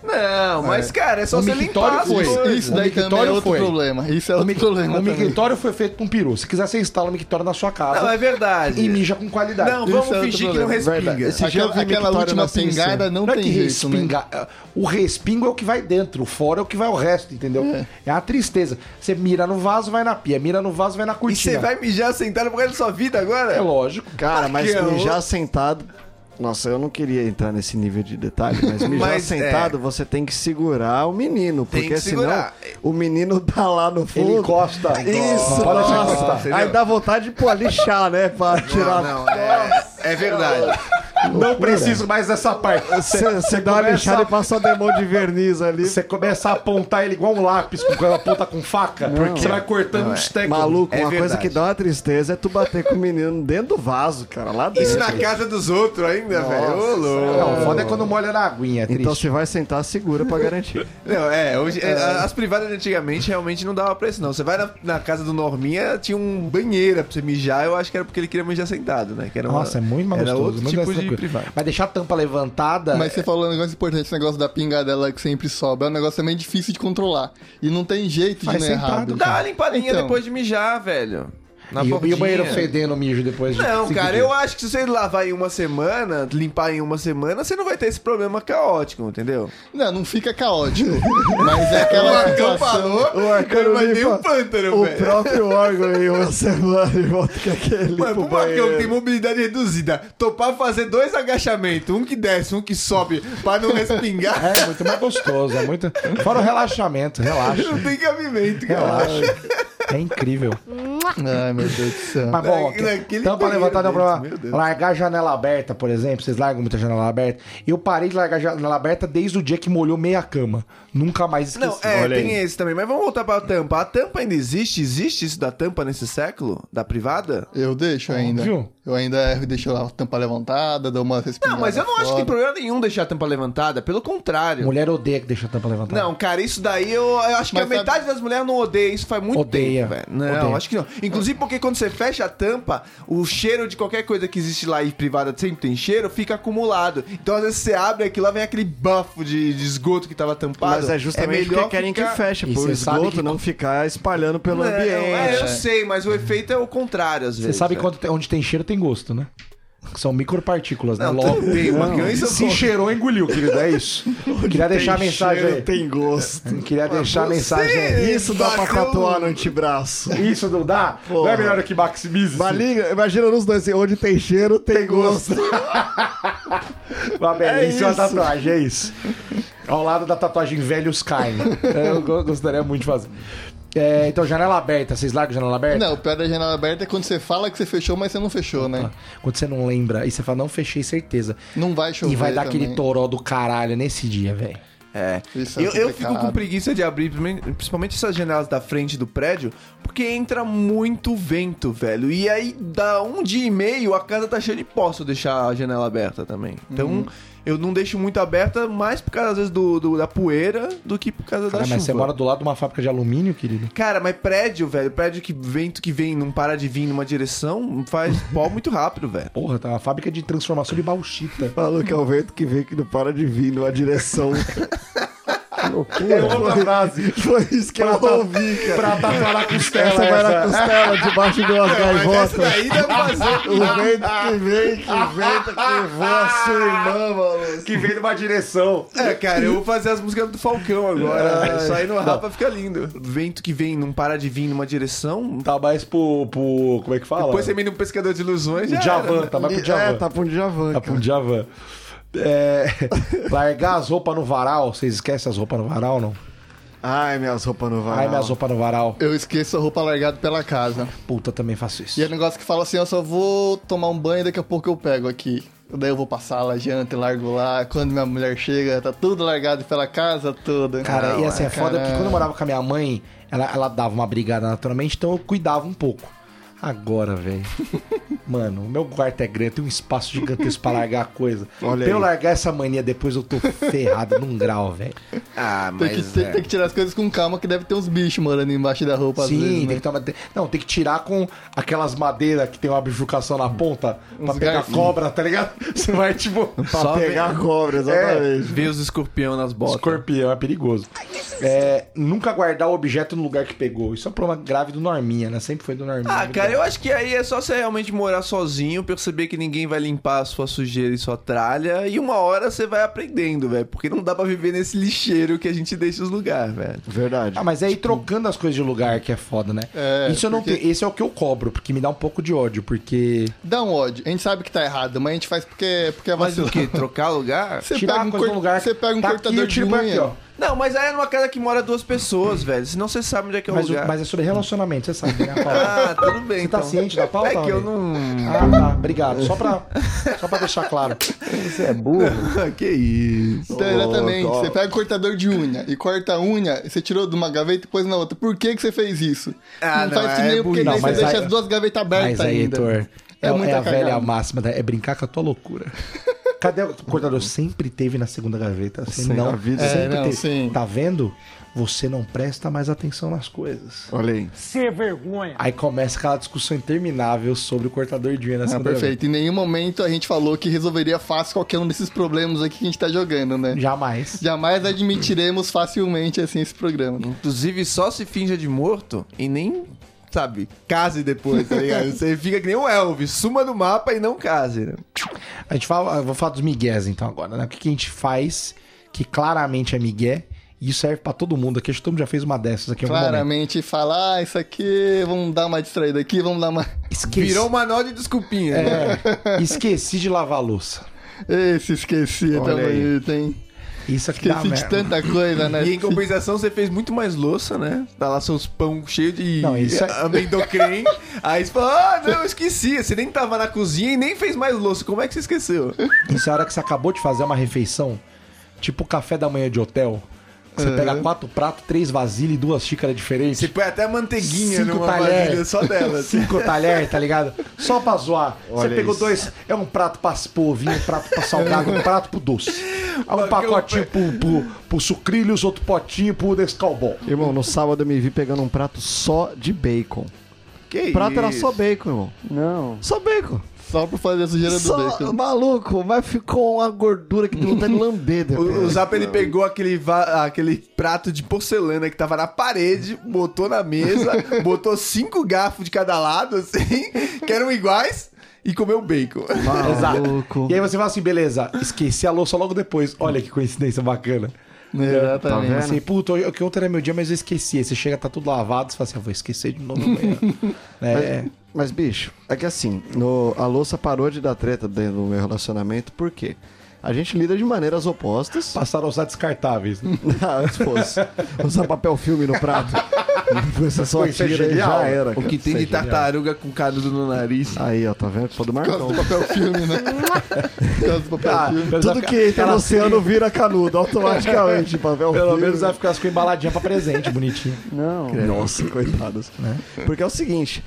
Não, mas, cara, é só
O
você
mictório
limpar as
foi.
coisas.
Isso
O
daí também é
mictório
outro
foi.
problema. Isso é outro
mic-
problema
o
também.
Um mictório foi feito com peru. Se quiser, você instala o mictório na sua casa
Não, é verdade.
e mija com qualidade.
Não,
Isso
vamos
é outro
fingir que
problema.
não respinga.
Esse dia eu
Aquela,
vi
aquela
mictório
última
na pinça.
pingada não,
Não é
tem
que
jeito, né?
respinga. O respingo é o que vai dentro, o fora é o que vai o resto, entendeu? É, uma tristeza. Você mira no vaso, vai na pia, mira no vaso, vai na
E
cortina.
você vai mijar sentado por causa da sua vida agora?
né? É lógico.
Cara, mas
Aqui, ó.
mijar sentado. Nossa, eu não queria entrar nesse nível de detalhe, mas mijar
Mas, é.
sentado você tem que segurar o menino,
Tem que
porque senão
segurar.
o menino tá lá no fundo.
Ele encosta.
Isso,
Pode
nossa.
encostar.
entendeu?
Aí dá vontade de pô, lixar, né? Pra tirar.
Não, é, é verdade.
Não preciso mais dessa parte.
Você você dá uma
começa-
lixada e passa o demão de verniz ali.
Você começa a apontar ele igual um lápis, com aquela ponta com faca, porque você vai cortando uns técnicos.
Maluco,
É
uma coisa
verdade.
que dá uma tristeza é tu bater com o menino dentro do vaso, cara, lá dentro.
Isso é na casa dos outros ainda, velho. Ô, louco.
Não, foda é quando molha na aguinha, é triste.
Então se vai sentar, segura pra garantir.
Não, é, hoje, é, as privadas antigamente realmente não dava pra isso, não. Você vai na, na casa do Norminha, tinha um banheira pra você mijar, eu acho que era porque ele queria mijar sentado, né? Que era uma-
Nossa, é muito mais
Era
gostoso,
outro
muito
tipo
mais
de
tranquilo.
privado.
Mas deixar a tampa levantada.
Mas você falou um negócio importante, esse negócio da pingadela que sempre sobe. É um negócio também difícil de controlar. E não tem jeito
Faz
de não
sentado,
errado.
Dá uma limpadinha
Então.
depois de mijar, velho. Na
e, o- e
bordinha.
o banheiro fedendo o mijo depois de
tá Não,
cinco
cara,
dias.
eu acho que se você lavar em uma semana, limpar em uma semana, você não vai ter esse problema caótico, entendeu?
Não, não fica caótico. mas é aquela situação...
O Arcano
mas nem
limpa
o um pântano,
o
velho.
próprio órgão em uma semana e volta com aquele
Mano,
pro
pro Marcão que tem
banheiro.
mobilidade reduzida, topar fazer dois agachamentos, um que desce, um que sobe, pra não respingar,
É muito mais gostoso, é muito. Fora o relaxamento, relaxa.
não tem cabimento, cara.
Relaxa. É incrível.
Ai, meu Deus do céu.
Mas bom,
Na- naquele
tampa
banheiro
levantada
deles,
pra
meu Deus.
largar a janela aberta, por exemplo. Vocês largam muita janela aberta. Eu parei de largar a janela aberta desde o dia que molhou meia cama. Nunca mais esqueci.
Não, é,
Olha aí.
tem esse também. Mas vamos voltar pra tampa. A tampa ainda existe? Existe isso da tampa nesse século? Da privada?
Eu deixo ainda.
Óbvio.
Eu ainda erro, deixo lá a tampa levantada, dou uma respirada
Não, mas eu não acho que tem
fora.
problema nenhum deixar a tampa levantada. Pelo contrário.
Mulher odeia que deixa a tampa
Tá.
levantada.
Não, cara, isso daí eu, eu acho que
Mas
a
sabe-
metade das mulheres não odeia. Isso faz muito
Odeia.
tempo, velho. Não,
Odeia.
acho que não. Inclusive porque quando você fecha a tampa, o cheiro de qualquer coisa que existe lá e privada sempre tem cheiro, fica acumulado. Então às vezes você abre aquilo, lá vem aquele bafo de, de esgoto que tava tampado.
Mas é justamente porque querem que
ficar-
feche,
E
pro
cê sabe
esgoto
que-
não ficar espalhando pelo
Não,
ambiente.
é, eu sei, mas o efeito é o contrário às
Você
vezes. né?
sabe
velho.
quando tem- onde tem cheiro tem gosto, né? Que São micropartículas, né?
Não,
Logo.
tudo bem, mas ganha isso
Se
eu-
cheirou, engoliu, querido. É isso. Queria deixar a
Tem
mensagem
cheiro,
aí. Hum,
Tem gosto.
Queria deixar a mensagem
É,
aí.
Isso dá pra
Bacana.
tatuar no antebraço.
Isso não dá? Não é melhor que maximize?
Maligno, imagina nos dois, assim, onde tem cheiro, tem, gosto.
Uma belíssima
É isso.
tatuagem, é isso. Ao lado da tatuagem Velhos Caem. É, Eu go- gostaria muito de fazer. É, então, janela aberta. Vocês largam janela aberta?
Não, o pior da janela aberta é quando você fala que você fechou, mas você não fechou, né?
Quando você não lembra, e você fala, não fechei, certeza.
Não vai chover
e vai dar
também.
aquele toró do caralho nesse dia, velho.
É.
Isso é
eu, eu
complicado.
fico com preguiça de abrir, principalmente- principalmente essas janelas da frente do prédio, porque entra muito vento, velho. E aí, dá um dia e meio, a casa tá cheia de pó se eu deixar a janela aberta também. Então, eu não deixo muito aberta, mais por causa, às vezes, do, do- da poeira do que por causa
Cara, mas
da é chuva.
você mora do lado de uma fábrica de alumínio, querido?
Cara, mas prédio, velho, prédio que vento que vem não para de vir numa direção, faz pó muito rápido, velho.
Porra, tá uma fábrica de transformação de bauxita.
Falou que é o vento que vem que não para de vir numa direção. É
Loucura. outra frase.
Foi isso que eu ouvi, cara.
Pra tatuar na costela.
tá Essa vai na costela, debaixo de umas
Essa
gaivotas.
daí dá pra fazer.
O vento que vem, que venta, que voa, sua irmã, maluco.
Que vem numa direção.
É, cara, eu vou fazer as músicas do Falcão agora. Isso aí no Rapa fica lindo. É, Vento que vem, não para de vir numa direção.
Tá mais pro. pro como é que fala?
Depois você mira um pescador de ilusões. Já
Javan,
era. né?
tá mais pro Javan.
É, tá pra um Djavan,
Tá
cara.
pro Javan. É, largar as roupas no varal. Vocês esquecem as roupas no varal, não?
Ai, minhas roupas não vai.
Ai, minhas roupas no varal.
Eu esqueço a roupa largada pela casa.
Puta, também faço isso.
E é um negócio que fala assim, eu só vou tomar um banho, daqui a pouco eu pego aqui. Daí eu vou passar lá, janta e largo lá. Quando minha mulher chega, tá tudo largado pela casa toda.
Cara, e assim, é foda
cara.
porque quando eu morava com a minha mãe, ela, ela dava uma brigada naturalmente, então eu cuidava um pouco. agora, velho. Mano, o meu quarto é grande, tem um espaço gigantesco pra largar a coisa.
Olha
pra eu
aí.
largar essa mania depois, eu tô ferrado num grau, velho.
Ah,
Tem que,
mas.
tem-
é.
tem que tirar as coisas com calma, que deve ter uns bichos morando embaixo da roupa
Sim,
às vezes,
tem
né?
que tomar. Não, tem que tirar com aquelas madeiras que tem uma bifurcação na ponta pra
Uns
pegar
garfinhos.
cobra, tá ligado? Você vai, tipo,
Pra
Só
pegar a cobra, exatamente.
Ver os escorpião nas botas.
escorpião, é perigoso. É, nunca guardar o objeto no lugar que pegou. Isso é um problema grave do Norminha, né? Sempre foi do Norminha.
Ah, cara, eu acho que aí é só você realmente morar sozinho, perceber que ninguém vai limpar a sua sujeira e sua tralha, e uma hora você vai aprendendo, velho. Porque não dá pra viver nesse lixeiro que a gente deixa os lugares, velho.
Verdade.
Ah, mas é ir trocando as coisas de lugar que é foda, né?
Tipo, É,
Isso eu não
porque-
tenho- Esse é o que eu cobro, porque me dá um pouco de ódio, porque.
Dá um ódio. A gente sabe que tá errado, mas a gente faz porque, porque é
Mas o
vacilo.
quê? Trocar lugar?
Você
tirar
pega
a
um,
coisa
cor...
do lugar.
você pega um
tá aqui,
cortador
eu
de
tiro pra aqui, ó.
unha.
Não, mas aí é numa casa que mora duas pessoas, velho. Senão você sabe onde é que é o
Mas, o-
lugar.
mas é sobre relacionamento, você sabe, né, Paulo?
Ah, tudo bem.
Você tá
então.
ciente da pauta,
É que eu
Rodrigo?
não.
Ah, tá. Obrigado. Só pra, só pra deixar claro.
que isso.
Diretamente.
Ô, dó.
Então, Você pega um cortador de unha e corta a unha, e você tirou de uma gaveta e pôs na outra. Por que, que você fez isso?
Ah, não, é
porque
burrice.
daí
Não,
você
mas
deixa
aí-
as duas gavetas abertas
Mas aí,
tá ainda.
Heitor, é,
É muita
é a
cagada.
velha máxima, da- é brincar com a tua loucura. Cadê o cortador? Sempre teve na segunda gaveta. Assim,
Sim,
não,
a vida-
É,
sempre
não,
teve.
sim.
Tá vendo? Você não presta mais atenção nas coisas.
Olha aí.
Sem vergonha.
Aí começa aquela discussão interminável sobre o cortador de unha na
Ah,
segunda gaveta.
perfeito. Em nenhum momento a gente falou que resolveria fácil qualquer um desses problemas aqui que a gente tá jogando, né?
Jamais.
Jamais admitiremos facilmente assim esse programa.
Inclusive, só se finja de morto e nem, sabe, case depois, tá ligado? Você fica que nem o Elvis, suma do mapa e não case, né?
A gente fala, eu vou falar dos migués então agora, né? O que, que a gente faz que claramente é migué e isso serve pra todo mundo. Aqui acho que todo mundo já fez uma dessas aqui em algum momento.
Claramente falar, ah, isso aqui, vamos dar uma distraída aqui, vamos dar uma.
Esqueci,
Virou um manual de desculpinha. né?
é, esqueci de lavar a louça.
Esse esqueci, tá
Olha aí.
bonito, hein?
Isso aqui dá
Esqueci de
merda.
tanta coisa, né?
E em compensação, você fez muito mais louça, né? Tá lá seus pão cheio de
Não, isso é-
amendocrem. Aí você fala, ah, não, eu esqueci. Você nem tava na cozinha e nem fez mais louça. Como é que você esqueceu?
Isso é a hora que você acabou de fazer uma refeição, tipo café da manhã de hotel. que Você pega quatro pratos, três vasilhas e duas xícaras diferentes.
Você põe até a manteiguinha
Cinco
numa
talheres.
vasilha só dela. assim.
Cinco talher, tá ligado? Só pra zoar. você
Olha
pegou
isso.
dois. É um prato pra polvinho, um prato pra salgado, um prato pro doce. É um pacotinho pro, pro, pro sucrilhos, outro potinho pro Descalbol.
Irmão, no sábado eu me vi pegando um prato só de bacon.
Que
O prato era
isso?
só bacon, irmão. Não. Só bacon.
Só pra fazer a sujeira do
Só
bacon.
maluco, mas ficou uma gordura que deu vontade de lamber
O, o
depois.
Zap ele pegou aquele, va- aquele prato de porcelana que tava na parede, botou na mesa, botou cinco garfos de cada lado, assim, que eram iguais, e comeu bacon.
Maluco.
E aí você fala assim, beleza, esqueci a louça logo depois. Olha que coincidência bacana.
Exatamente.
Tá vendo?
Assim, puto, hoje- que ontem era meu dia, mas eu esqueci. Aí você chega, tá tudo lavado, você fala assim, eu vou esquecer de novo amanhã. é.
Mas, bicho, é que assim, no- a louça parou de dar treta dentro do meu relacionamento, por quê? A gente lida de maneiras opostas.
Passaram a usar descartáveis. né?
Ah, se fosse. Usar papel filme no prato. Você só
Pô, isso é
tira e
genial.
já era.
O
cara.
que tem de tartaruga com canudo no nariz.
Aí, ó, tá vendo? Pô, do
Gosto
Marcão.
do papel filme, né? Gosto do papel
Ah,
filme.
pelo
Tudo
menos
que entra no
aquelas-
oceano vira canudo, automaticamente. Papel
Pelo
filme.
menos vai ficar com embaladinha pra presente, bonitinho.
Não. Nossa, coitados. Porque é o seguinte,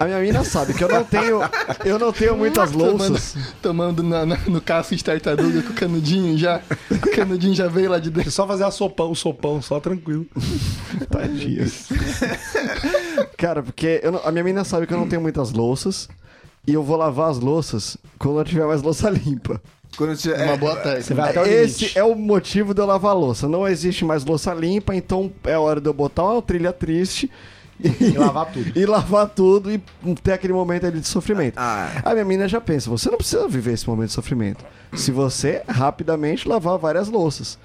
a minha mina sabe que eu não tenho, eu não tenho muitas louças.
Tomando na- na- no casco de tartaruga com o canudinho já. O canudinho já veio lá de dentro.
É só fazer a sopão, o sopão, só tranquilo.
Tadinhas. Cara, porque eu não- a minha mina sabe que eu não tenho muitas louças. E eu vou lavar as louças quando eu tiver mais louça limpa.
Quando você,
Uma
é,
boa tarde.
Você vai até o
Esse
limite.
é o motivo de eu lavar a louça. Não existe mais louça limpa, então é hora de eu botar uma trilha triste.
E lavar tudo.
E lavar tudo e ter aquele momento ali de sofrimento.
Ah.
A minha mina já pensa, você não precisa viver esse momento de sofrimento. Se você rapidamente lavar várias louças.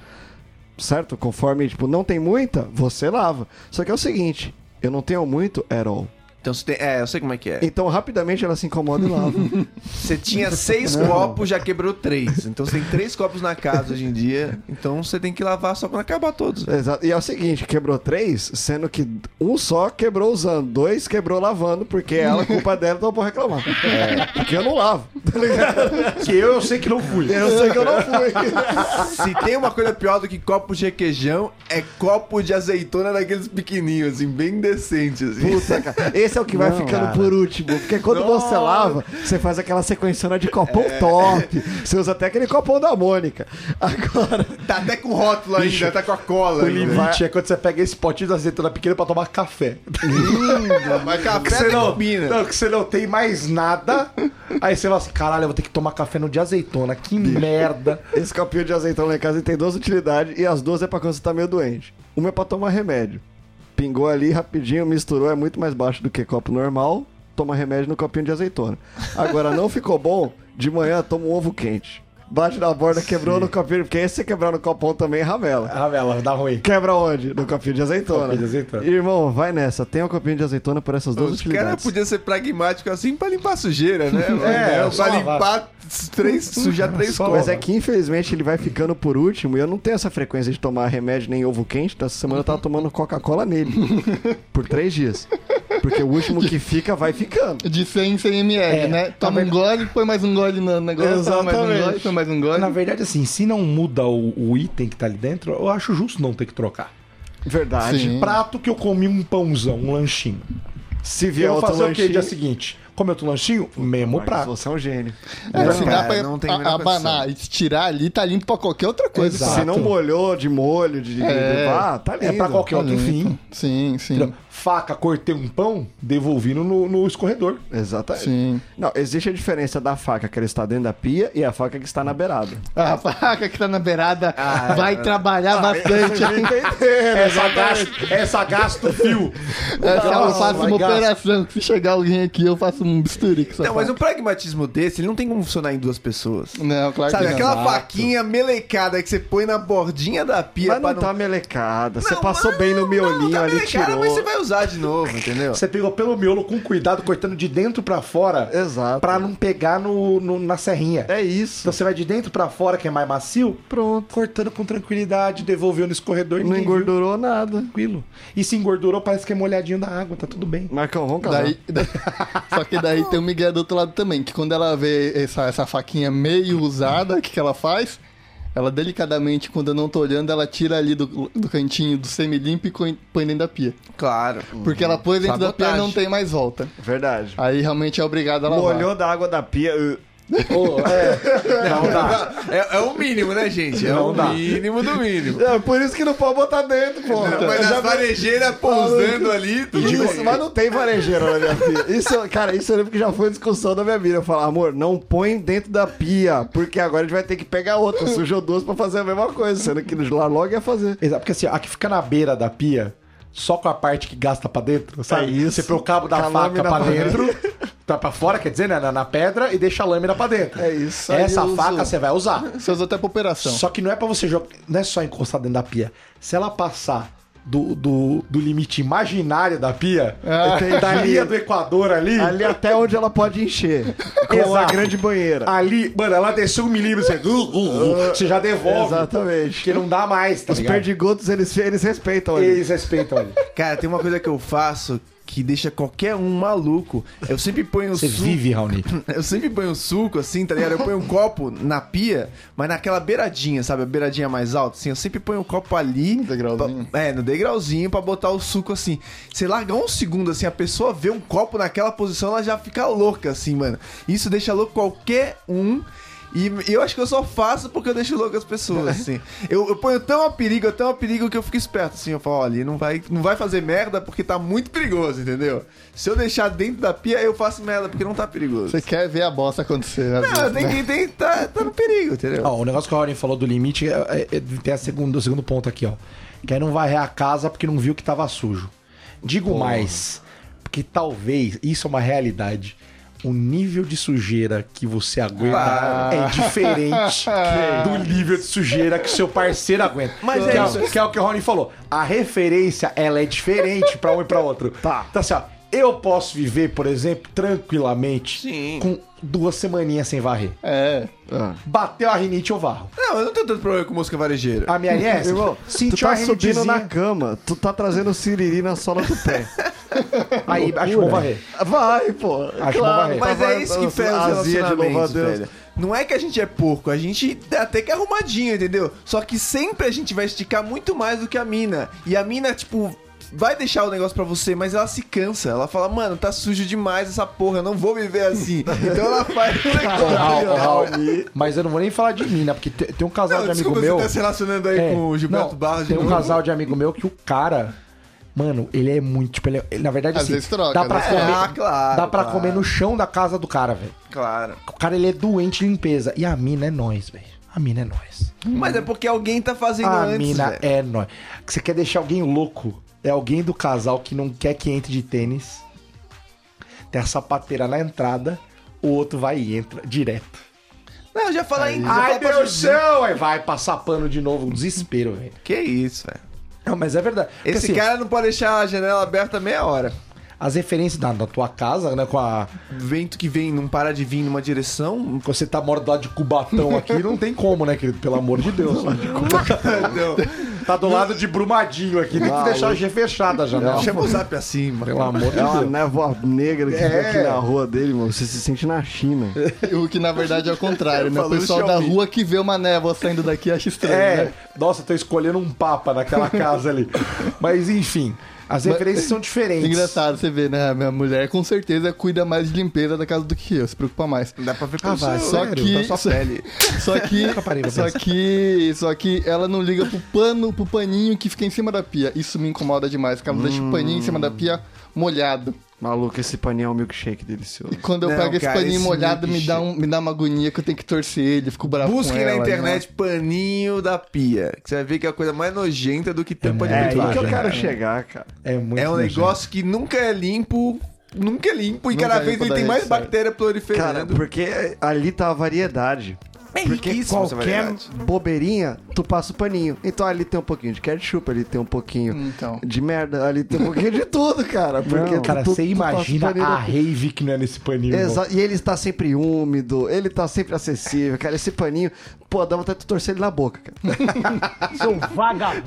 Certo? Conforme, tipo, não tem muita, você lava. Só que é o seguinte, eu não tenho muito at all.
então você tem, é, eu sei como é que é.
Então rapidamente ela se incomoda e lava.
Você tinha seis copos, já quebrou três. Então você tem três copos na casa hoje em dia. Então você tem que lavar só quando acabar todos.
Exato. E é o seguinte, quebrou três, sendo que um só quebrou usando, dois quebrou lavando, porque ela, culpa dela, então eu vou reclamar. Porque eu não lavo.
Que eu, eu sei que não fui.
Eu sei que eu não fui.
Se tem uma coisa pior do que copo de requeijão, é copo de azeitona daqueles pequenininhos, assim, bem decentes. Assim.
Puta, cara. Esse esse é o que vai
Não,
ficando
cara.
por último. Porque quando você lava, você faz aquela sequenciona de copão top. Você usa até aquele copão da Mônica. Agora,
Tá até com rótulo ainda, tá com a cola.
O
ainda.
limite é quando você pega esse potinho de azeitona pequena pra tomar café.
Mas
Que
café
você,
até
não,
tá
combina.
não, que você não tem mais nada. Aí você fala assim: caralho, eu vou ter que tomar café no de azeitona. Que merda.
esse copinho de azeitão lá em casa ele tem duas utilidades e as duas é pra quando você tá meio doente. Uma é pra tomar remédio. Pingou ali rapidinho, misturou, é muito mais baixo do que copo normal. Toma remédio no copinho de azeitona. Agora, não ficou bom, de manhã toma um ovo quente. Bate na borda, quebrou no copinho, porque aí se você quebrar no copão também é ramela.
Ah, velho, dá ruim.
Quebra onde? No copinho de azeitona.
Copinho de azeitona.
Irmão, vai nessa. Tem um copinho de azeitona por essas duas
Os caras
utilidades.
podiam ser pragmáticos assim pra limpar a sujeira, né?
É,
mano?
só
pra
lavar.
limpar três, sujar três
Só
coisas.
Mas é que infelizmente ele vai ficando por último e eu não tenho essa frequência de tomar remédio nem ovo quente. Então, essa semana eu tava tomando Coca-Cola nele. por três dias. Porque o último que fica, vai ficando.
De 100 em 100 ml,
É,
né? Toma um gole, põe mais um gole no negócio, toma mais um
Exatamente.
gole, põe mais um gole.
Na verdade, assim, se não muda o, o item que tá ali dentro, eu acho justo não ter que trocar.
Verdade.
Sim.
Hum. Prato que eu comi um pãozão, um lanchinho.
Se
E
vier
eu vou
outro
fazer o quê
lanchinho...
dia seguinte? Comer outro lanchinho? Mesmo
Marcos,
prato.
Você é um gênio.
É, se
Não,
dá
cara,
pra
não tem a menor
abanar, estirar ali, tá limpo pra qualquer outra coisa.
Exato.
Se não molhou de molho, de...
É.
Ah, tá lindo.
É pra qualquer outro fim.
Sim, sim.
Entendeu? Faca, cortei um pão, devolvi no, no- no escorredor.
Exatamente.
Sim.
Não, existe a diferença da faca que ela está dentro da pia e a faca que está na beirada.
A faca que tá na beirada
Ah, é
vai trabalhar bastante.
Essa gasto, essa gasto fio.
Essa eu
Nossa,
faço
vai
uma
gasto.
operação. que Se chegar alguém aqui, eu faço um bisturi com essa
Não, mas
faca.
um pragmatismo desse, ele não tem como funcionar em duas pessoas.
Não,
tá
claro
Sabe,
que não. Ah,
aquela faquinha melecada que você põe na bordinha da pia
Mas
pra
não
não...
tá melecada. Você
Não,
passou
não,
bem no
não,
miolinho
não tá
ali,
melecada,
tirou.
Mas você vai usar de novo, entendeu?
Você pegou pelo miolo com cuidado, cortando de dentro pra fora.
Exato.
Pra não pegar no, no- na serrinha.
É isso.
Então você vai de dentro pra fora, que é mais macio. Pronto. Cortando com tranquilidade, devolveu no escorredor e
Não
ninguém viu.
engordurou nada.
Tranquilo. E se engordurou, parece que é molhadinho da água, tá tudo bem.
Marcão, vamos casar.
Daí, daí-
né?
só que daí tem o Miguel do outro lado também, que quando ela vê essa, essa faquinha meio usada, o que, que ela faz? Ela delicadamente, quando eu não tô olhando, ela tira ali do, do cantinho do semi-limpo e coi- põe dentro da pia.
Claro.
Porque ela põe dentro da pia
Sabotagem.
não tem mais volta.
Verdade.
Ah,
Aí realmente é obrigado a lavar.
Molhou da água da pia. uh,
Não dá.
É, é o mínimo, né, gente? É
Não
o
dá.
mínimo do mínimo. Tá.
É, por isso que não pode botar dentro, pô.
Mas a varejeira pousando ali, tudo
Isso,
bem.
mas não tem varejeira na minha pia. Isso, cara, isso eu lembro que já foi discussão da minha vida. Eu falo, amor, não põe dentro da pia, porque agora a gente vai ter que pegar outra. Sujou duas pra fazer a mesma coisa, sendo que lá logo ia fazer.
Exato, porque assim, a que fica na beira da pia, só com a parte que gasta pra dentro, sabe?
É isso.
Você põe o cabo da
Com a
faca
lâmina
pra
pra
dentro, tá pra fora, quer dizer, né? Na, na pedra e deixa a lâmina pra dentro.
É isso. Aí
Essa
eu
faca
uso.
você vai usar.
Você usou até pra operação.
Só que não é pra você jogar. Não é só encostar dentro da pia. Se ela passar do, do, do limite imaginário da pia,
entendi.
É. da linha do Equador ali.
Ali até onde ela pode encher. Com a
Exato.
grande
é-
banheira.
ali, mano, ela desceu um milímetro, você, uh, você já devolve.
Exatamente.
Porque não dá mais, tá
Os
ligado?
perdigotos, eles, eles respeitam ali.
Eles respeitam ali.
Cara, tem uma coisa que eu faço que deixa qualquer um maluco. Eu sempre ponho o suco.
Raoni.
Eu sempre ponho suco, assim, tá ligado? Eu ponho um copo na pia, mas naquela beiradinha, sabe? A beiradinha mais alta, assim. Eu sempre ponho o copo ali. No
degrauzinho.
é, no degrauzinho pra botar o suco assim. Você larga um segundo, assim, a pessoa vê um copo naquela posição, ela já fica louca, assim, mano. Isso deixa louco qualquer um. E e eu acho que eu só faço porque eu deixo louco as pessoas, assim. Eu, eu ponho tão a perigo, tão a perigo que eu fico esperto, assim. Eu falo, olha, não vai, não vai fazer merda porque tá muito perigoso, entendeu? Se eu deixar dentro da pia, eu faço merda porque não tá perigoso.
Você quer ver a bosta acontecer. às
Não,
vezes,
tem
né?
que tem, tá, tá no perigo, entendeu?
Ó, o negócio que o Raoni falou do limite é, é- é- tem a segunda, o segundo ponto aqui, ó. Que aí não varrer a casa porque não viu que tava sujo. Digo mais, porque talvez, isso é uma realidade, o nível de sujeira que você aguenta é diferente do nível de sujeira que seu parceiro aguenta.
Mas
que
é
o- que é o que o Rony falou. A referência, ela é diferente pra um e pra outro. Tá. Então assim, ó, eu posso viver, por exemplo, tranquilamente
Sim.
com duas semaninhas sem varrer.
É.
Ah.
Bateu a rinite, eu varro.
Não, eu não tenho tanto problema com música varejeira.
A minha aliás,
É, Irmão, tu
sentiu a
tá subindo na
rinitezinha,
cama, tu tá trazendo siriri na sola do pé.
aí acho bom varrer.
Vai, pô.
Acho
claro,
que não vai.
Mas
Tava-
é isso que ferra os
azia de
relacionamentos,
louva a Deus.
velho. Não é que a gente é porco, a gente é até que é arrumadinho, entendeu? Só que sempre a gente vai esticar muito mais do que a mina. E a mina, tipo, vai deixar o negócio pra você, mas ela se cansa. Ela fala, mano, tá sujo demais essa porra, eu não vou viver assim. então ela faz um
Ah,
negócio.
Mas eu não vou nem falar de mim, né? Porque te- tem um casal de amigo
desculpa,
meu.
você tá se relacionando aí
É,
com o Gilberto
não,
Barros de
Tem um
novo?
casal de amigo meu que o cara. Mano, ele é muito. Tipo, ele, é- ele, na verdade,
Às
assim,
vezes troca, né?
dá
às
pra,
vezes
comer,
troca. Ah, claro,
dá pra
claro.
comer no chão da casa do cara, velho.
Claro.
O cara, ele é doente de limpeza. E a mina é nós, velho. A mina é nós.
Mas é porque alguém tá fazendo
A
antes,
mina
velho.
é nóis. Que Você quer deixar alguém louco? É alguém do casal que não quer que entre de tênis. Tem a sapateira na entrada. O outro vai e entra direto.
Não, eu já falei em
Ai,
já falei pra
meu
José.
céu! Aí vai passar pano de novo. Um desespero, velho.
Que isso, velho.
Não, mas é verdade. Porque,
Esse
assim,
cara não pode deixar a janela aberta meia hora.
As referências da, da tua casa, né? Com a.
Vento que vem, não para de vir numa direção.
Você tá mora do lado de Cubatão aqui, não tem como, né, querido? Pelo amor de Deus.
Entendeu?
tá do lado de Brumadinho aqui, tem que deixar a G fechada já, né?
Chama o zap acima.
Pelo amor de
É uma
Deus.
névoa negra que fica
É.
aqui na rua dele, mano. Você se sente na China.
O que na verdade é o contrário, né? O
Falou
pessoal da
Xiaomi.
rua que vê uma névoa saindo daqui acha estranho,
É,
né?
nossa, tô escolhendo um papa naquela casa ali. Mas enfim, as referências são diferentes.
Engraçado você vê, né? Minha mulher com certeza cuida mais de limpeza da casa do que eu, se preocupa mais.
Dá pra ver pelo
Ah, vai,
seu-
Só
Sério?
que.
Da sua
só-
pele.
Só que.
Nunca parei pra
só
pensar.
que. Só que ela não liga pro pano, pro paninho que fica em cima da pia. Isso me incomoda demais, que ela deixa o paninho em cima da pia molhado.
Maluco, esse paninho é um milkshake delicioso.
Quando eu
Não,
pego esse
cara,
paninho
esse
molhado, me
milkshake.
dá, um, me dá uma agonia que eu tenho que torcer ele, fico bravo tá com
Busquem na
ela,
internet paninho da pia. Que você vai ver que é a coisa mais nojenta do que tampa
É,
de
É aí que
privada.
eu
né?
quero chegar, cara.
É muito
É um
nojento.
negócio que nunca é limpo, nunca é limpo, e
Nunca
cada
é
vez
limpo
ele
da
tem
gente,
mais
sério.
bactéria
Cara,
proliferando.
porque ali tá a variedade.
é
Porque
riquíssimo essa
qualquer
variedade.
bobeirinha, tu passa o paninho. Então ali tem um pouquinho de ketchup, ali tem um pouquinho
Então.
de merda, ali tem um pouquinho de tudo, cara. Porque
Não, cara,
tu- tá
você
tu passa o
imagina
paninho
a
na-
rave que não é nesse paninho. irmão.
Exa e ele está sempre úmido, ele tá sempre acessível, cara. Esse paninho, pô, dá vontade de tu torcer ele na boca, cara.
um,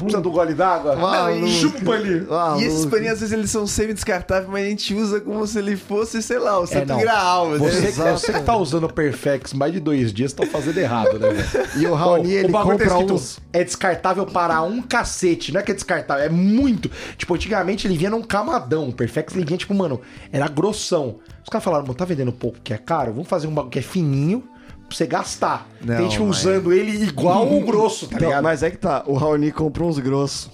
Precisa do gole d'água?
Não, e-
Chupa ali.
Ah,
E esses
louco.
paninhos, às vezes, eles são semi-descartáveis, mas a gente usa como se ele fosse, sei lá, o
É,
santo
não.
graal. né?
Você, você que tá usando o Perfex mais de dois dias, tá fazendo errado, né, velho?
E o Raoni,
Bom,
ele
bagulho tá
compra
escrito,
uns.
É descartável para um cacete. Não é que é descartável, é muito. Tipo, antigamente ele vinha num camadão. O Perfex ele vinha, tipo, mano, era grossão. Os caras falaram, mano, tá vendendo pouco que é caro? Vamos fazer um bagulho que é fininho pra você gastar.
Não,
Tem gente
mas-
usando ele igual o grosso, tá
Não,
ligado?
mas é que tá, o Raoni compra uns grossos.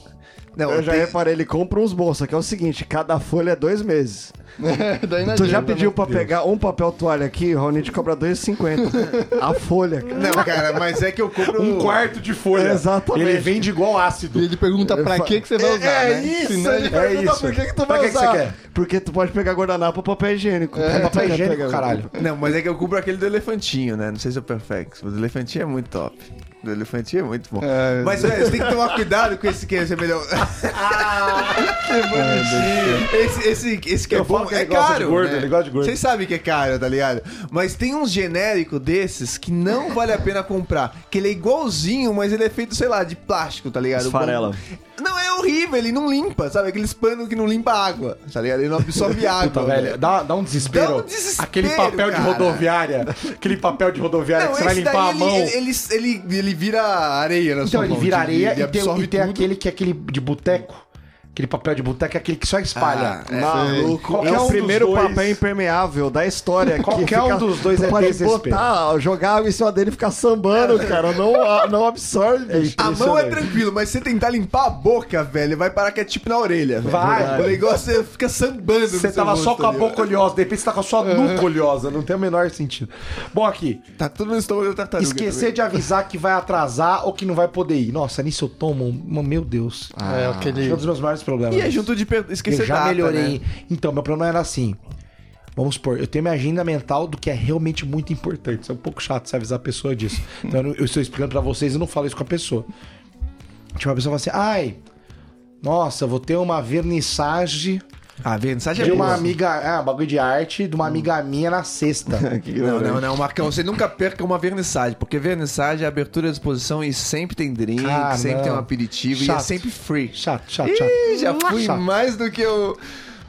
Não,
eu já
tem-
reparei, ele compra uns bons, só que é o seguinte, cada folha é dois meses.
Daí não
Tu já
adianta,
pediu
né?
pra pegar um papel toalha aqui, o Raoni te cobra 2,50. A folha, cara.
Não, cara, mas é que eu compro...
Um quarto de folha.
Exatamente.
Ele vende igual
E
ácido.
ele pergunta pra
fa-
que, que você vai usar,
é
né?
isso,
Se não,
ele
ele-
É
pergunta
isso.
por que, que
Pra
tu vai
que que
usar.
você quer?
Porque tu pode pegar guardanapo ou papel higiênico.
É,
Tu
papel
quer
higiênico,
pegar-
caralho.
Não, mas é que eu compro aquele do elefantinho, né? Não sei se é o Perfex. O do elefantinho é muito top. O do elefantinho é muito bom.
É,
mas, velho, você tem que tomar cuidado com esse que é melhor. Esse, esse, esse que é
Ah, Eu falo
bom
que
é
ele gosta de
caro.
gordo,
né?
ele gosta de gordo.
Vocês sabem que é caro, tá ligado? Mas tem uns genérico desses que não vale a pena comprar. Que ele é igualzinho, mas ele é feito, sei lá, de plástico, tá ligado?
Esfarela.
Não, é horrível, ele não limpa, sabe? Aqueles panos que não limpa água, tá ligado? Ele não absorve água. né?
Puta, velho, dá, dá um desespero.
Dá um desespero,
Aquele papel de
cara.
rodoviária. Aquele papel de rodoviária
Não,
que você vai
esse
limpar
daí
a
ele-
mão.
Ele, ele, ele, ele vira areia na
Então,
sua
ele
mão.
vira
tipo,
areia
ele
e tem,
absorve
e tem
tudo.
aquele que é aquele de boteco. Aquele papel de boteco é aquele que só espalha.
Ah, é.
Maluco,
Qualquer
é
um
o
dos
primeiro
dois-
papel impermeável da história. que
Qualquer um dos dois é
tu pode
desespero.
botar, jogar água em cima dele e ficar sambando, cara. Não, não absorve.
A mão é tranquilo, mas você tentar limpar a boca, velho, vai parar que é tipo na orelha. velho.
Vai.
O negócio é- fica sambando. no
Você
seu
tava só
rosto
com a
ali,
boca
velho.
oleosa, de repente você tá com a sua nuca oleosa, não tem o menor sentido. Bom, aqui,
Tá tudo no estômago da tartaruga.
esquecer de avisar que vai atrasar ou que não vai poder ir. Nossa, nisso eu tomo, um- meu Deus.
É,
Acho que é um
aquele...
dos meus maiores problemas.
E é junto de per- esquecer
eu já
data,
melhorei.
né?
Então, meu problema era assim. Vamos supor, eu tenho minha agenda mental do que é realmente muito importante. Isso é um pouco chato você avisar a pessoa disso. Então eu, não- eu estou explicando pra vocês e não falo isso com a pessoa. Tipo, a pessoa fala assim: ai, nossa, eu vou ter uma vernissage
Ah, mensagem
de uma amiga. Ah, bagulho de arte de
Hum.
uma amiga minha na sexta.
Não, não,
né?
não, Marcão, você nunca perca uma vernissagem, porque vernissagem é abertura à disposição e sempre tem drink,
Ah,
sempre
não.
tem um aperitivo e
Chato.
é sempre free.
Chato, chato, chato.
Ih, já fui
Chato.
mais do que eu.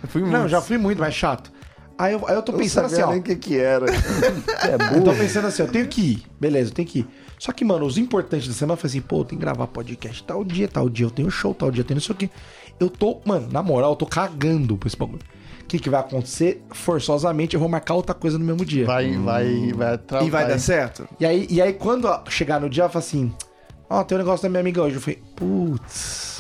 eu fui
Não,
muito.
já fui muito, mas chato. Aí eu, aí eu tô pensando assim,
sabia
ó.
nem o que que era.
É
Eu
burro.
tô pensando assim, eu tenho que ir. Beleza, eu tenho que ir. Só que, mano, os importantes da semana foi assim, pô, tem que gravar podcast tal dia, tal dia, eu tenho show, tal dia, eu tenho não sei o quê. Eu tô, mano, na moral, eu tô cagando pra esse bagulho. O que, que vai acontecer? Forçosamente eu vou marcar outra coisa no mesmo dia.
Vai, vai, vai
E vai dar certo?
E aí, e aí quando ó, chegar no dia, eu falo assim: Ó, tem um negócio da minha amiga hoje. Eu falei: Putz.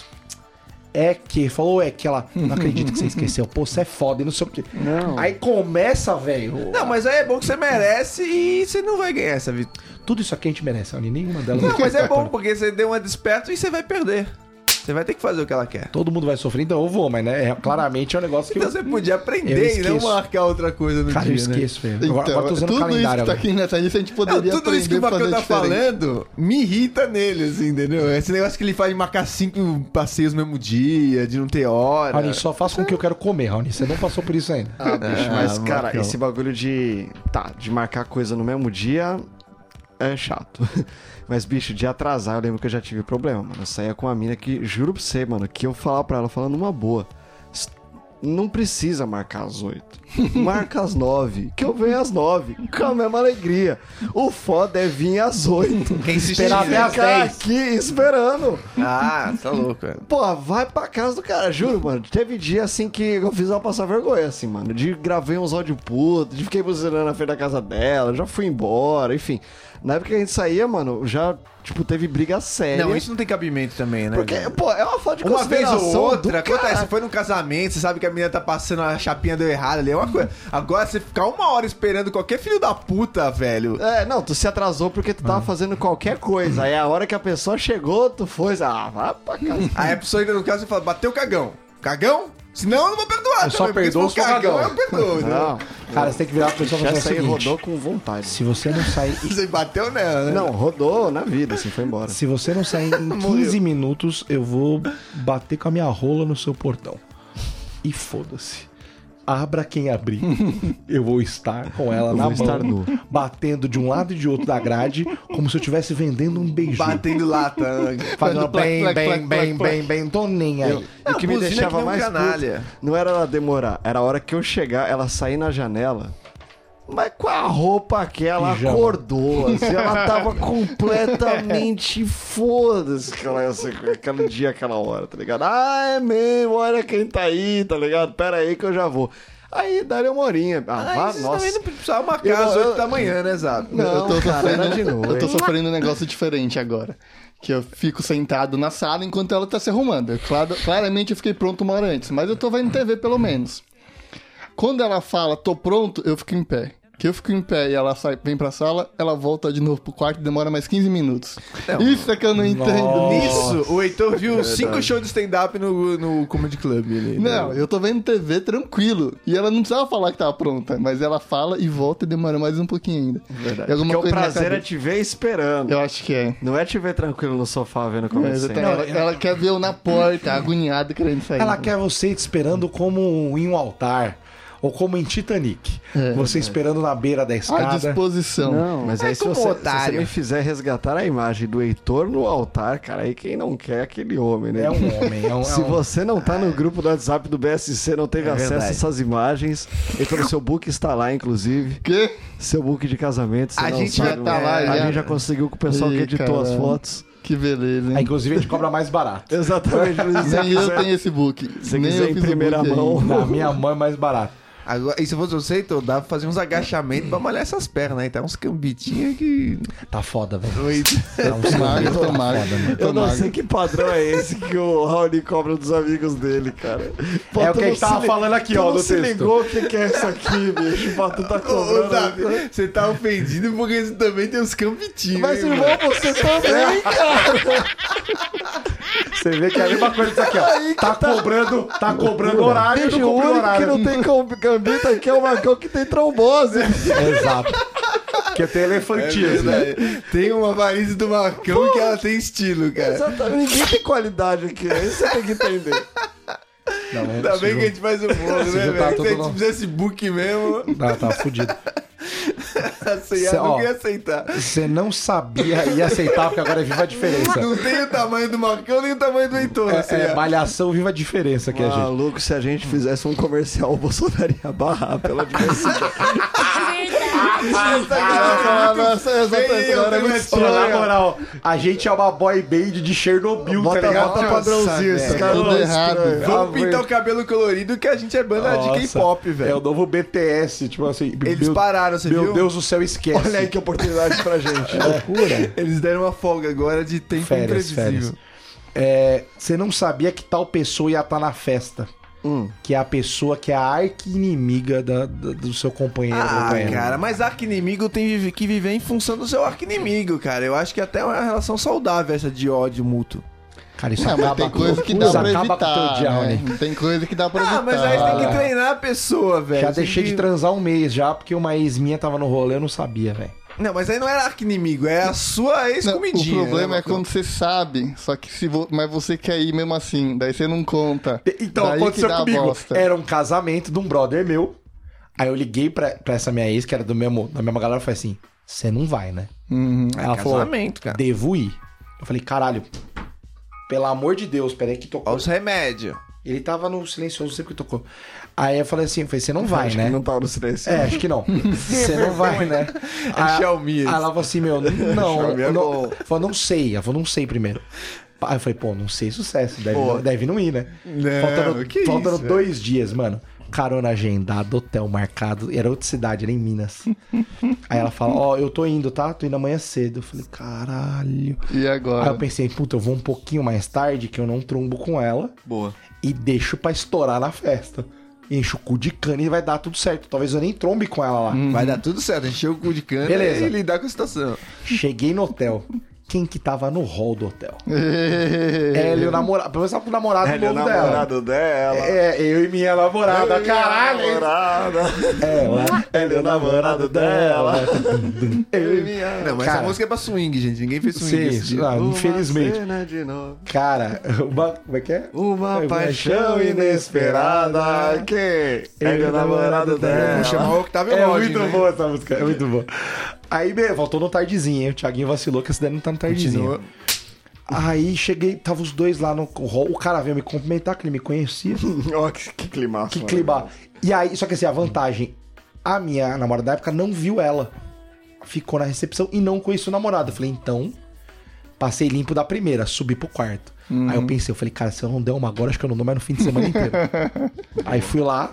É que, falou é que ela, não acredito que você esqueceu. Pô, você é foda e não sei o quê.
Não.
Aí começa, velho.
Não, mas aí é bom que você merece e você não vai ganhar essa vitória.
Tudo isso aqui a gente merece, Aline. Nenhuma delas.
Não, mas é bom, porque você deu uma desperto e você vai perder. Você vai ter que fazer o que ela quer.
Todo mundo vai sofrer, então eu vou, mas né? é- claramente é um negócio que.
Então
eu-
você podia
Eu
aprender e não
esqueço.
marcar outra coisa no
Cara, eu
dia, né?
esqueço, velho.
Então,
agora, agora tô usando o
tudo isso
calendário.
que tá
velho.
aqui nessa lista a gente
Não,
poderia
É, tudo isso que o
aprender a
Marcão
fazer
tá
diferente.
falando me irrita nele, assim, entendeu? Esse negócio que ele faz de marcar cinco passeios no mesmo dia, de não ter hora.
Raoni, só faça com o que eu quero comer, Raoni. Você não passou por isso ainda.
Ah, bicho, mas,
Ah,
cara,
Marcão.
esse bagulho de. Tá, de marcar coisa no mesmo dia é chato. Mas, bicho, de atrasar, eu lembro que eu já tive problema, mano. Eu saía com uma mina que, juro pra você, mano, que eu falava pra ela, falando uma boa. "S- Não precisa marcar às oito. Marca às nove. Que eu venho às nove. Com a mesma alegria. O foda é vir às oito.
Quem insistir,
Esperar
né?
até às
Ficar
10.
aqui esperando.
Ah, tá louco, cara.
Pô, vai pra casa do cara, juro, mano. Teve dia assim que eu fiz ela passar vergonha, assim, mano. De gravei uns áudio puto, de fiquei buzinando na frente da casa dela, já fui embora, enfim. Na época que a gente saía, mano, já, tipo, teve briga séria.
Não, isso não tem cabimento também, né?
Porque,
velho?
pô, é uma falta de
Uma vez
consideração
ou outra,
do cara.
acontece, você foi num casamento, você sabe que a menina tá passando, a chapinha deu errado ali, é uma coisa. Agora, você ficar uma hora esperando qualquer filho da puta, velho.
É, não, tu se atrasou porque tu
Ah.
tava fazendo qualquer coisa. Aí a hora que a pessoa chegou, tu foi, ah, vai pra casa.
Aí a pessoa entra no caso e fala, bateu o cagão. Cagão? Senão eu não vou perdoar
Eu só
porque
perdoo
se
se
for
for
cagão,
cagão.
eu perdoo. né?
Não,
Cara, você tem que virar pra pessoa e
já
falar assim, é o
saí,
seguinte:
rodou com vontade.
Se você não sair em
Você bateu nela, né?
Não, rodou na vida, assim, foi embora.
Se você não sair em 15 minutos, eu vou bater com a minha rola no seu portão. E foda-se. Abra quem abrir. Eu vou estar com ela na
vou
mão,
estar nu.
batendo de um lado e de outro da grade, como se eu estivesse vendendo um beijo.
Batendo lata. né?
Fazendo
Fazendo plac,
bem,
plac,
bem,
plac,
bem,
plac,
bem, bem, tô nem aí.
E o que me
buzina que
deixava
nem um
mais
canalha.
puto não era ela demorar, era a hora que eu chegar, ela sair na janela. Mas com a roupa que ela
Pijama.
acordou, assim, ela tava completamente foda-se que ela ia ser com aquele dia, aquela hora, tá ligado? Ah, é mesmo, olha quem tá aí, tá ligado? Pera aí que eu já vou. Aí, dá-lhe uma horinha. Ah, vá,
Mas
nossa.
também não precisava marcar
Eu-
às
eu-
8 da manhã, né, Zap?
Não,
eu tô
cara, era
sofrendo,
de novo,
Eu tô
hein?
sofrendo um negócio diferente agora. Que eu fico sentado na sala enquanto ela tá se arrumando. Eu, claro- claramente eu fiquei pronto uma hora antes, mas eu tô vendo TV pelo menos. Quando ela fala, tô pronto, eu fico em pé. Que eu fico em pé e ela sai, vem pra sala, ela volta de novo pro quarto e demora mais 15 minutos.
um
Isso é que eu não entendo.
Nisso, o Heitor viu cinco shows de stand-up no, no Comedy Club. Ele, né?
Não, eu tô vendo TV tranquilo. E ela não precisava falar que tava pronta, mas ela fala e volta e demora mais um pouquinho ainda.
É
Verdade.
Porque o prazer é te ver esperando.
Eu acho que é.
Não é te ver tranquilo no sofá vendo como
Mas eu tenho-
é.
ela, ela quer ver eu na porta, agoniado, querendo sair.
Ela quer você te esperando como em um altar. Ou como em Titanic.
É.
você esperando na beira
Ah,
da
À
escada.
disposição.
Não, mas
Ah,
aí se
como
você, se você
otário.
me fizer resgatar a imagem do Heitor no altar, cara, aí quem não quer é aquele homem, né?
É um homem, é um, é
Se
um-
você não tá no grupo do WhatsApp do BSC, não teve acesso a
verdade.
essas imagens, então o seu book está lá, inclusive.
Quê?
Seu book de casamento, você
A
não
gente
sabe,
já tá
né?
lá,
A
já.
gente já conseguiu com o pessoal
Ih,
que editou as
caramba.
fotos.
Que beleza,
Ah,
hein?
inclusive a gente cobra mais barato.
Exatamente, Luiz. Se
Nem eu
quiser-
tenho esse book.
se
Nem eu
quiser em
fiz o
primeira
book
mão.
Na minha mão é mais barato.
Agora, e se fosse você, então, dá pra fazer uns agachamentos pra malhar essas pernas aí. Tá uns cambitinhos que.
Tá foda, velho. É
ainda.
um Tá.
Eu tô magro, eu tô magro.
Eu
Tô
não
magro.
sei que padrão é esse que o Raoni cobra dos amigos dele, cara. Pô,
É o
tu
que a
não
gente
se
tava
li-
falando aqui,
tu
ó,
não
no
se
texto.
ligou o que, que é isso aqui, bicho. O Batu tá
Ô,
cobrando.
Zap, você tá ofendido porque você também tem uns cambitinhos.
Mas,
hein,
irmão, você também, cara.
Você vê que é a mesma coisa disso aqui, ó. Tá cobrando, tá cobrando horário,
Bicho,
não
o
cobrou
único que não
horário.
tem com- gambito aqui é o Marcão que tem trombose.
Exato. Que eu tenho
É
elefantismo.
verdade. Tem uma varize do Marcão que ela tem estilo, cara.
Exatamente. Ninguém tem qualidade aqui, né? Isso você tem que entender.
Não, é
Ainda
possível.
bem que a gente faz o bolo, né,
Se
velho?
juntar
Se a
tudo
gente
não.
fizesse book mesmo.
Ah, tá fudido.
Sei, eu
Cê- ó.
não ia aceitar.
Você não sabia e aceitava, porque agora é viva a diferença.
Não tem o tamanho do Marcão nem o tamanho do Heitor.
É,
assim,
é,
ó.
malhação viva a diferença que a gente.
Maluco, se a gente fizesse um comercial, o Bolsonaro ia barrar pela diversidade.
Essa galera é
Ah,
muito
nossa, essa
feia,
história é
tem
muito
mais
Ô, na
tá
estranha.
moral, a gente é uma boy band de Chernobyl, tá
bota,
ligado?
bota padrãozinho, esses
velho.
caras
Tudo
não é
errado.
estranho.
Vamos pintar o cabelo colorido que a gente é banda
Nossa,
de K-pop, velho.
É o novo BTS, tipo assim.
Eles pararam, você
Meu
viu?
Deus do céu, esquece. É
Olha aí que oportunidade pra gente.
loucura.
Eles deram uma folga agora de tempo
Férias, férias.
imprevisível.
É, Você não sabia que tal pessoa ia estar na festa.
Hum.
Que é a pessoa que é a arqui-inimiga da- da- do seu companheiro.
Ah,
companheira.
cara, mas arquinimigo tem vive- que viver em função do seu arquinimigo, cara. Eu acho que até é uma relação saudável essa de ódio mútuo.
Cara, isso
é
Ah,
acaba
mas tem
com-
coisa que dá
isso
pra
acaba com o
evitar.
teu dia,
né?
Rony.
Tem coisa que dá pra evitar.
Ah, mas aí você tem que treinar a pessoa, velho.
tá. Já
Você
deixei
tem
de
que-
transar um mês já, porque uma ex minha tava no rolê, eu não sabia, velho.
Não, mas aí não era arquinimigo, é a sua
Não,
ex-comidinha.
o problema
né,
é quando você sabe, só que se vo... mas você quer ir mesmo assim, daí você não conta.
Então,
daí
aconteceu
que dá a
comigo.
É.
bosta.
Era um casamento de um brother meu. Aí eu liguei pra, pra essa minha ex, que era do mesmo, da mesma galera, e falei assim: você não vai, né?
Uhum.
Ela falou:
É casamento, cara.
devo ir. Eu falei: caralho, pelo amor de Deus, peraí que
Olha
tocou.
os remédios.
Ele tava no silencioso, não sei porque tocou. Aí eu falei assim: eu falei, você não vai,
Acho
né?
que não tava no silêncio.
É, acho que não. Você não vai, né? Aí-
É Xiaomi,
Aí
esse.
ela falou assim, meu, não.
Xiaomi é
não
bom.
ela falou, não sei. Ela falou, não sei primeiro. Aí eu falei, pô, não sei, sucesso. Deve,
Pô.
não, deve não ir, né?
Não,
faltando
que
faltando
isso, é.
dois dias, mano. Carona agendada, hotel marcado. Era outra cidade, era em Minas. Aí ela fala, ó, eu tô indo, tá? Tô indo amanhã cedo. Eu falei, caralho.
E
Aí
agora?
Ah,
eu pensei, puta, eu vou um pouquinho mais tarde que eu não trombo com ela
Boa.
e deixo pra estourar na festa. Encho o cu de cana e vai dar tudo certo. Talvez eu nem trombe com ela lá.
Vai dar tudo certo, encher o cu de cana
Beleza.
e lidar com a situação.
Cheguei no hotel. Quem que tava no hall do hotel?
É,
Ela e o namorado. Pelo menos tava com o namorado
Ele é o
novo dela.
namorado dela. é,
É, eu e minha namorada, caralho!
Namorada.
Ela,
Ele é o namorado dela.
eu e minha.
Não, mas
Cara.
essa música é pra swing, gente. Ninguém fez swing.
Sim,
esse dia.
ah, infelizmente.
Uma cena de novo.
Cara, uma, como é que é?
Uma
Uma
paixão
paixão
inesperada.
inesperada.
Que ele é o namorado dela.
Vamos chamar o Octavio
É
Lodge,
muito
né?
boa essa música, é muito boa. Aí, meu, voltou no tardezinho, hein? O Thiaguinho vacilou que esse daí não tá no tardezinho.
Continua.
Aí cheguei, tava os dois lá no hall. O cara veio me cumprimentar, que ele me conhecia.
Ó, que, que climaço.
Que né?
mano.
clima. E aí, só que assim, a vantagem, a minha namorada da época não viu ela. Ficou na recepção e não conheceu o namorado. Eu falei, então, passei limpo da primeira, subi pro quarto. Aí eu pensei, eu falei, cara, se eu não der uma agora, acho que eu não dou mais no fim de semana inteiro. aí fui lá,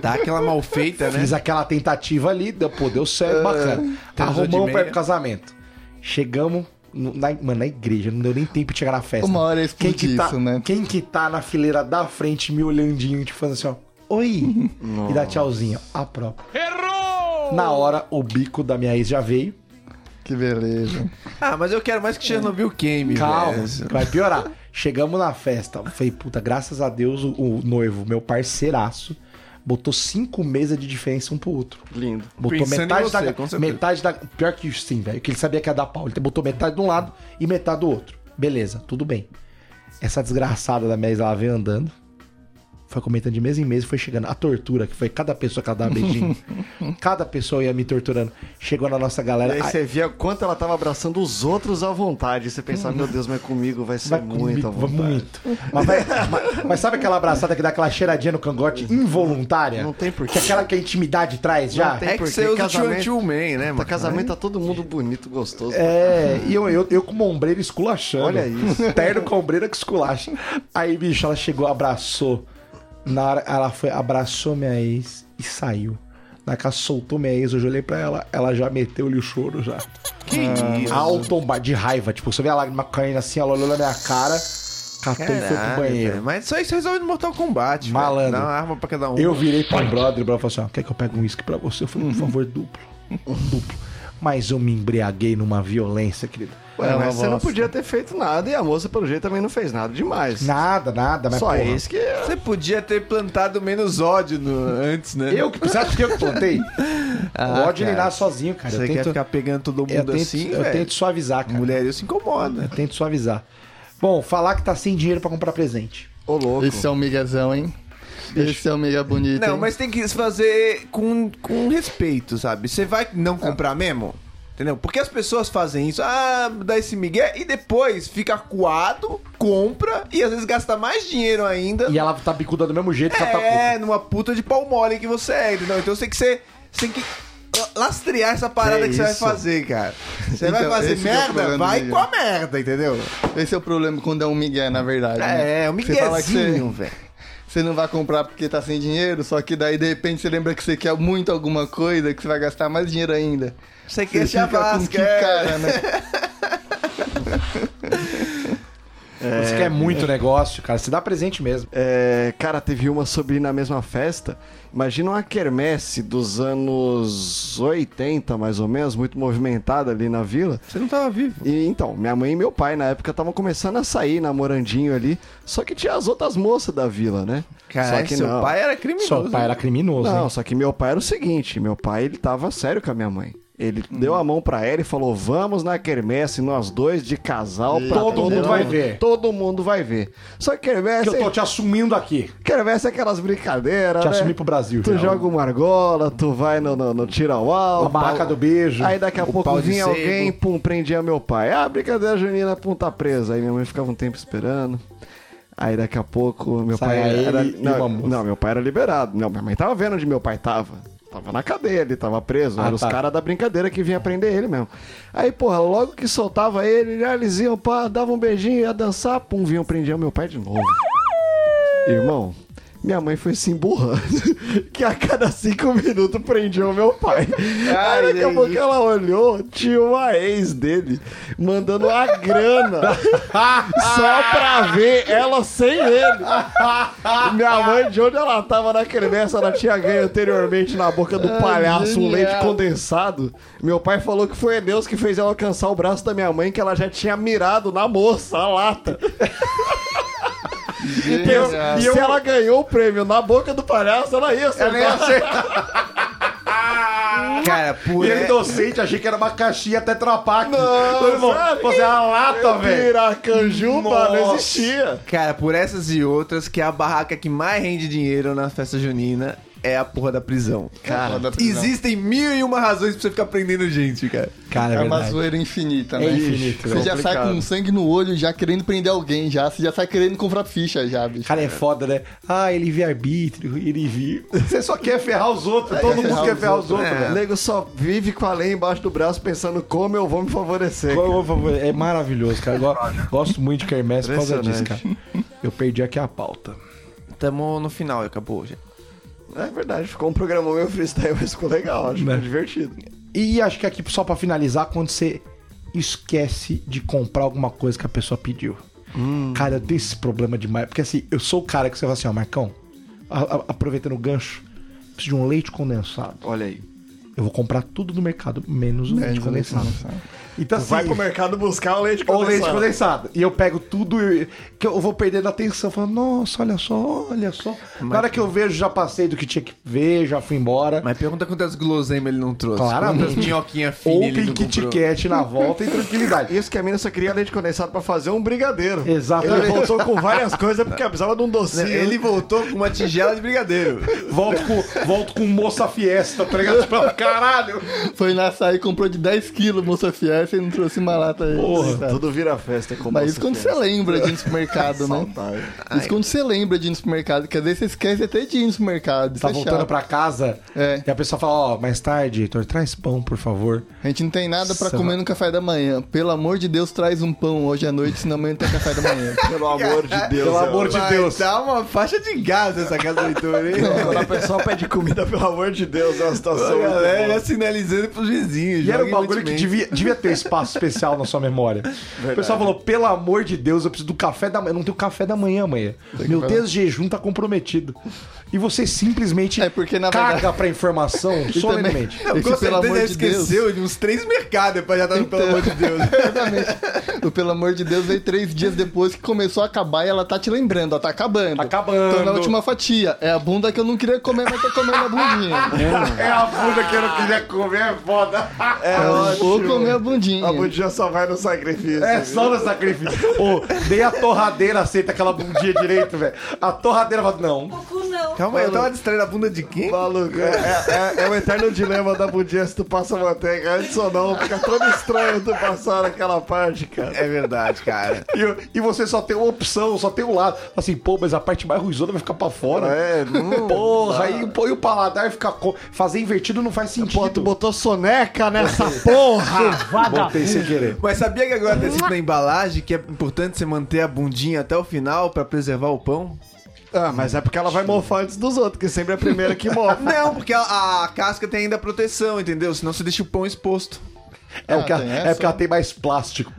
Dá aquela mal feita, né?
fiz aquela tentativa ali, deu, pô, deu certo, bacana.
transou de
Arrumamos
meia.
pra ir pro casamento. Chegamos, no- na, mano, na igreja, não deu nem tempo de chegar na festa.
Uma hora ia
Quem
explodir
que, tá,
isso, né?
quem que tá na fileira da frente me olhandinho, tipo fazendo assim, ó. Oi! E dá tchauzinho. A própria. Errou! Na hora, o bico da minha ex já veio.
Que beleza.
Ah, mas eu quero mais que Chernobyl queime,
Calma,
velho.
que vai piorar. Chegamos na festa. Falei, puta, graças a Deus, o, o noivo, meu parceiraço, botou cinco meses de diferença um pro outro.
Lindo.
Botou
Pensando em
metade
você, com
da.
certeza.
Metade da. Pior que sim, velho. Que ele sabia que ia dar pau. Ele botou metade de um lado e metade do outro. Beleza, tudo bem. Essa desgraçada da Mesa, ela veio andando. Foi comentando de mesa em mesa, foi chegando. A tortura que foi cada pessoa que ela dava beijinho. cada pessoa ia me torturando. Chegou na nossa
E
galera.
aí
"Ai,
você via quanto ela tava abraçando os outros à vontade. E você pensava, meu Deus, mas comigo vai ser
vai
é muito à
comigo, vai
vontade.
muito. Mas, vai- mas- mas sabe aquela abraçada que dá aquela cheiradinha no cangote involuntária?
Não tem porquê.
Que é aquela que a intimidade traz já?
tem
É que
porque
você usa o
casamento-
Chuan Chu Man, né,
Tá
mano?
casamento tá todo mundo bonito, gostoso.
É, e eu, eu, eu com o ombreira esculachando.
Olha isso.
Terno com ombreira que esculacha. Aí, bicho, ela chegou, abraçou. Na hora, ela foi, abraçou minha ex e saiu. Na casa soltou minha ex, eu já olhei pra ela, ela já meteu-lhe o choro já.
Que isso?
Alto de raiva, tipo, você vê a lágrima caindo assim, ela olhou na minha cara, catou e foi pro
Caralho,
banheiro.
velho. Mas isso aí você resolve no Mortal Kombat, velho.
Malandro.
Dá uma arma pra cada um.
Eu virei pra um brother e o brother falou assim: ó, quer que eu pegue um uísque pra você? Eu falei, por favor, duplo. Duplo. Mas eu me embriaguei numa violência, querido.
Ué,
É uma
mas você não
bosta.
podia ter feito nada e a moça, pelo jeito, também não fez nada demais.
Nada, nada, mas
Só
porra.
isso que.
Você podia ter plantado menos ódio no- antes, né?
Eu que você acha que eu que plantei?
Ah,
Pode
cara.
lidar sozinho, cara.
Você
eu
quer
tento,
ficar pegando todo mundo
eu tento,
assim,
eu
velho?
tento suavizar, cara.
Mulher, isso incomoda.
Eu tento suavizar. Bom, falar que tá sem dinheiro pra comprar presente.
Ô, louco.
Esse é um migazão, hein? Esse é o mega bonito.
Não,
hein?
mas tem que se fazer com, com respeito, sabe? Você vai não comprar mesmo? Entendeu? Porque as pessoas fazem isso, ah, dá esse migué, e depois fica acuado, compra, e às vezes gasta mais dinheiro ainda.
E ela tá bicuda do mesmo jeito que ela tá puta.
É, numa puta de pau mole que você é, entendeu? Então você tem que ser. Você tem que lastrear essa parada que,
Que
você vai
isso?
fazer, cara. Você vai
Então,
fazer
esse que é o
merda,
problema do
vai
Miguel.
com a merda, entendeu?
Esse é o problema quando é um migué, na verdade. né?
É, é um
Você fala que você-
miguezinho, velho.
Você não vai comprar porque tá sem dinheiro, só que daí de repente você lembra que você quer muito alguma coisa, que você vai gastar mais dinheiro ainda.
Você
Você
quer
fica com
chavasca,
que
é.
cara, né?
Você quer é muito negócio, cara. Você dá presente mesmo.
É, cara, teve uma sobre na mesma festa. Imagina uma quermesse dos anos 80, mais ou menos, muito movimentada ali na vila.
Você não tava vivo.
E então, minha mãe e meu pai na época estavam começando a sair namorandinho ali, só que tinha as outras moças da vila, né?
Cara,
só que
seu
não.
pai era criminoso.
Só
né?
o pai era criminoso,
Não,
hein?
só que meu pai era o seguinte, meu pai ele tava sério com a minha mãe. Ele deu a mão pra ela e falou: "Vamos na quermesse nós dois de casal, pra
Todo mundo vai ver."
Todo mundo vai ver". Só que
Que
quermesse,
eu tô te assumindo aqui.
quermesse é aquelas brincadeiras,
Te
né?
assumi pro Brasil.
Tu
já.
joga uma argola, tu vai no, no, no tira-uau.
A barraca do beijo.
Aí daqui a pouco
pau de
vinha
sebo.
alguém, pum, prendia meu pai. Ah, brincadeira junina, pum, tá presa. Aí minha mãe ficava um tempo esperando. Aí daqui a pouco meu
Sai
pai
ele
era.
e
não,
uma moça.
não, meu pai era liberado. Não, minha mãe tava vendo onde meu pai tava. Tava na cadeia, ele tava preso.
Ah,
Era os
tá.
caras da brincadeira que vinha prender ele mesmo. Aí, porra, logo que soltava ele, já eles iam, pá, davam um beijinho, ia dançar, pum, vinham prendiam meu pai de novo. Irmão, minha mãe foi se emburrando que a cada cinco minutos prendia o meu pai.
Ai,
Aí daqui a
gente.
pouco ela olhou, tinha uma ex dele mandando a grana só pra ver ela sem ele. Minha mãe, de onde ela tava na quermesse, ela tinha ganho anteriormente na boca do palhaço um
genial.
leite condensado. Meu pai falou que foi Deus que fez ela alcançar o braço da minha mãe, que ela já tinha mirado na moça, a lata. E eu-
Genial.
e se ela ganhou o prêmio na boca do palhaço, né? ela ia
né?
ser.
Cara, por
E ele
é-
docente, achei que era uma caixinha tetrapaque.
Não,
Meu irmão,
sabe?
Você é uma lata, velho.
Piracanjuba não
Nossa.
existia.
Cara, por essas e outras, que é a barraca que mais rende dinheiro na festa junina é a porra da prisão.
Porra da prisão.
Existem mil e uma razões pra você ficar prendendo gente, cara.
Cara,
É uma zoeira infinita, né?
É infinito.
Você já sai
Complicado.
com sangue no olho, já querendo prender alguém, já. Você já sai querendo comprar ficha, já, bicho.
Cara, é foda, né? Ah, ele vê arbítrio, ele vi. Você só quer ferrar os outros, todo mundo
ferrar
quer
os
ferrar os outros,
É.
velho.
O nego só vive com a lei embaixo do braço pensando como eu vou me favorecer.
Por favor, por favor. É maravilhoso, cara. Eu go- Gosto muito de quermesse por causa disso, cara. Eu perdi aqui a pauta.
Tamo no final, acabou já.
É verdade, ficou um programa meio freestyle, mas ficou legal, acho que
Né?
ficou divertido.
E acho que aqui, só pra finalizar, quando você esquece de comprar alguma coisa que a pessoa pediu. Cara, eu tenho esse problema demais. Porque assim, eu sou o cara que você fala assim, ó, Marcão, a- a- aproveitando o gancho, preciso de um leite condensado.
Olha aí.
Eu vou comprar tudo no mercado, menos o leite condensado. Então assim,
Vai pro mercado buscar o leite
ou leite
condensado.
condensado. E eu pego tudo e, que eu vou perdendo atenção, falando, nossa, olha só, olha só. Na hora que eu vejo, já passei do que tinha que ver, já fui embora.
Mas pergunta quantas guloseimas ele não trouxe.
Claramente.
Quantas minhoquinhas finas ele
Open
não
Kit
comprou.
Kat na volta e tranquilidade.
Isso que a mina só queria leite condensado pra fazer um brigadeiro. Ele
Exatamente.
voltou com várias coisas porque precisava de um docinho.
Ele voltou com uma tigela de brigadeiro.
Volto com, volto com moça fiesta, tá ligado? Tipo, Caralho!
Foi na sair e comprou de 10 quilos, moça fiesta, e não trouxe uma lata aí.
Porra.
Tá.
Tudo vira festa, é como
Mas isso
você
quando
quer.
você lembra de ir no supermercado, né?
Saudade.
Isso quando você lembra de ir no supermercado, que às vezes você esquece até de ir no supermercado. Isso
Tá
é
voltando
chato.
pra casa
É.
e a pessoa fala, ó, mais tarde, Heitor, traz pão, por favor.
A gente não tem nada pra
Nossa,
comer
mano.
no café da manhã. Pelo amor de Deus, traz um pão hoje à noite, senão amanhã não tem café da manhã.
Pelo amor de Deus. é
Pelo
eu-
amor de
Vai
Deus.
dar uma faixa de gás nessa casa do Heitor, hein?
Quando a pessoa pede comida, pelo amor de Deus, é uma
A
situação.
galera
muito
já sinalizando pros vizinhos.
E era um
joga
bagulho que
inútilmente.
devia, devia ter um espaço especial na sua memória. O pessoal falou, pelo amor de Deus, eu preciso do café da manhã. Eu não tenho café da manhã amanhã. Meu
falar.
Deus, jejum tá comprometido. E você simplesmente
É, porque, na
caga
verdade-
pra informação
E também-
solenemente.
Não,
Esse
com
pelo
certeza
amor
ele
de Deus. Então.
esqueceu de uns três mercados pra já estar no pelo amor de Deus.
Exatamente. O pelo amor de Deus veio três dias depois que começou a acabar e ela tá te lembrando, ó, tá acabando.
Tá acabando.
Tô na última fatia. É a bunda que eu não queria comer, mas tô comendo a bundinha.
É a bunda que eu não queria comer, é foda.
É Vou comer a bundinha.
bom. A budinha só vai no sacrifício.
tá
É só no sacrifício. Ô, nem a torradeira aceita aquela bundinha direito, velho. A torradeira fala, não.
Pouco não.
Calma aí, eu tava distraindo a bunda de quem?
Maluco, é, é, é o eterno dilema da budinha se tu passa manteiga antes ou não. Fica todo estranho tu passar naquela parte, cara.
É verdade, cara.
E, e você só tem uma opção, só tem um lado. Assim, pô, mas a parte mais ruizona vai ficar pra fora.
É,
Porra,
Ah.
aí põe o paladar fica. co- Fazer invertido não faz sentido.
Pô, tu botou soneca nessa porra!
Botei sem querer.
Mas sabia que agora tá escrito na embalagem que é importante você manter a bundinha até o final pra preservar o pão?
Ah, mas é porque ela vai mofar antes dos outros, que sempre é a primeira que mofa.
Não, porque a, a casca tem ainda a proteção, entendeu? Senão você deixa o pão exposto.
É,
Ah,
porque ela-
tem
é
essa?
porque ela tem mais plástico.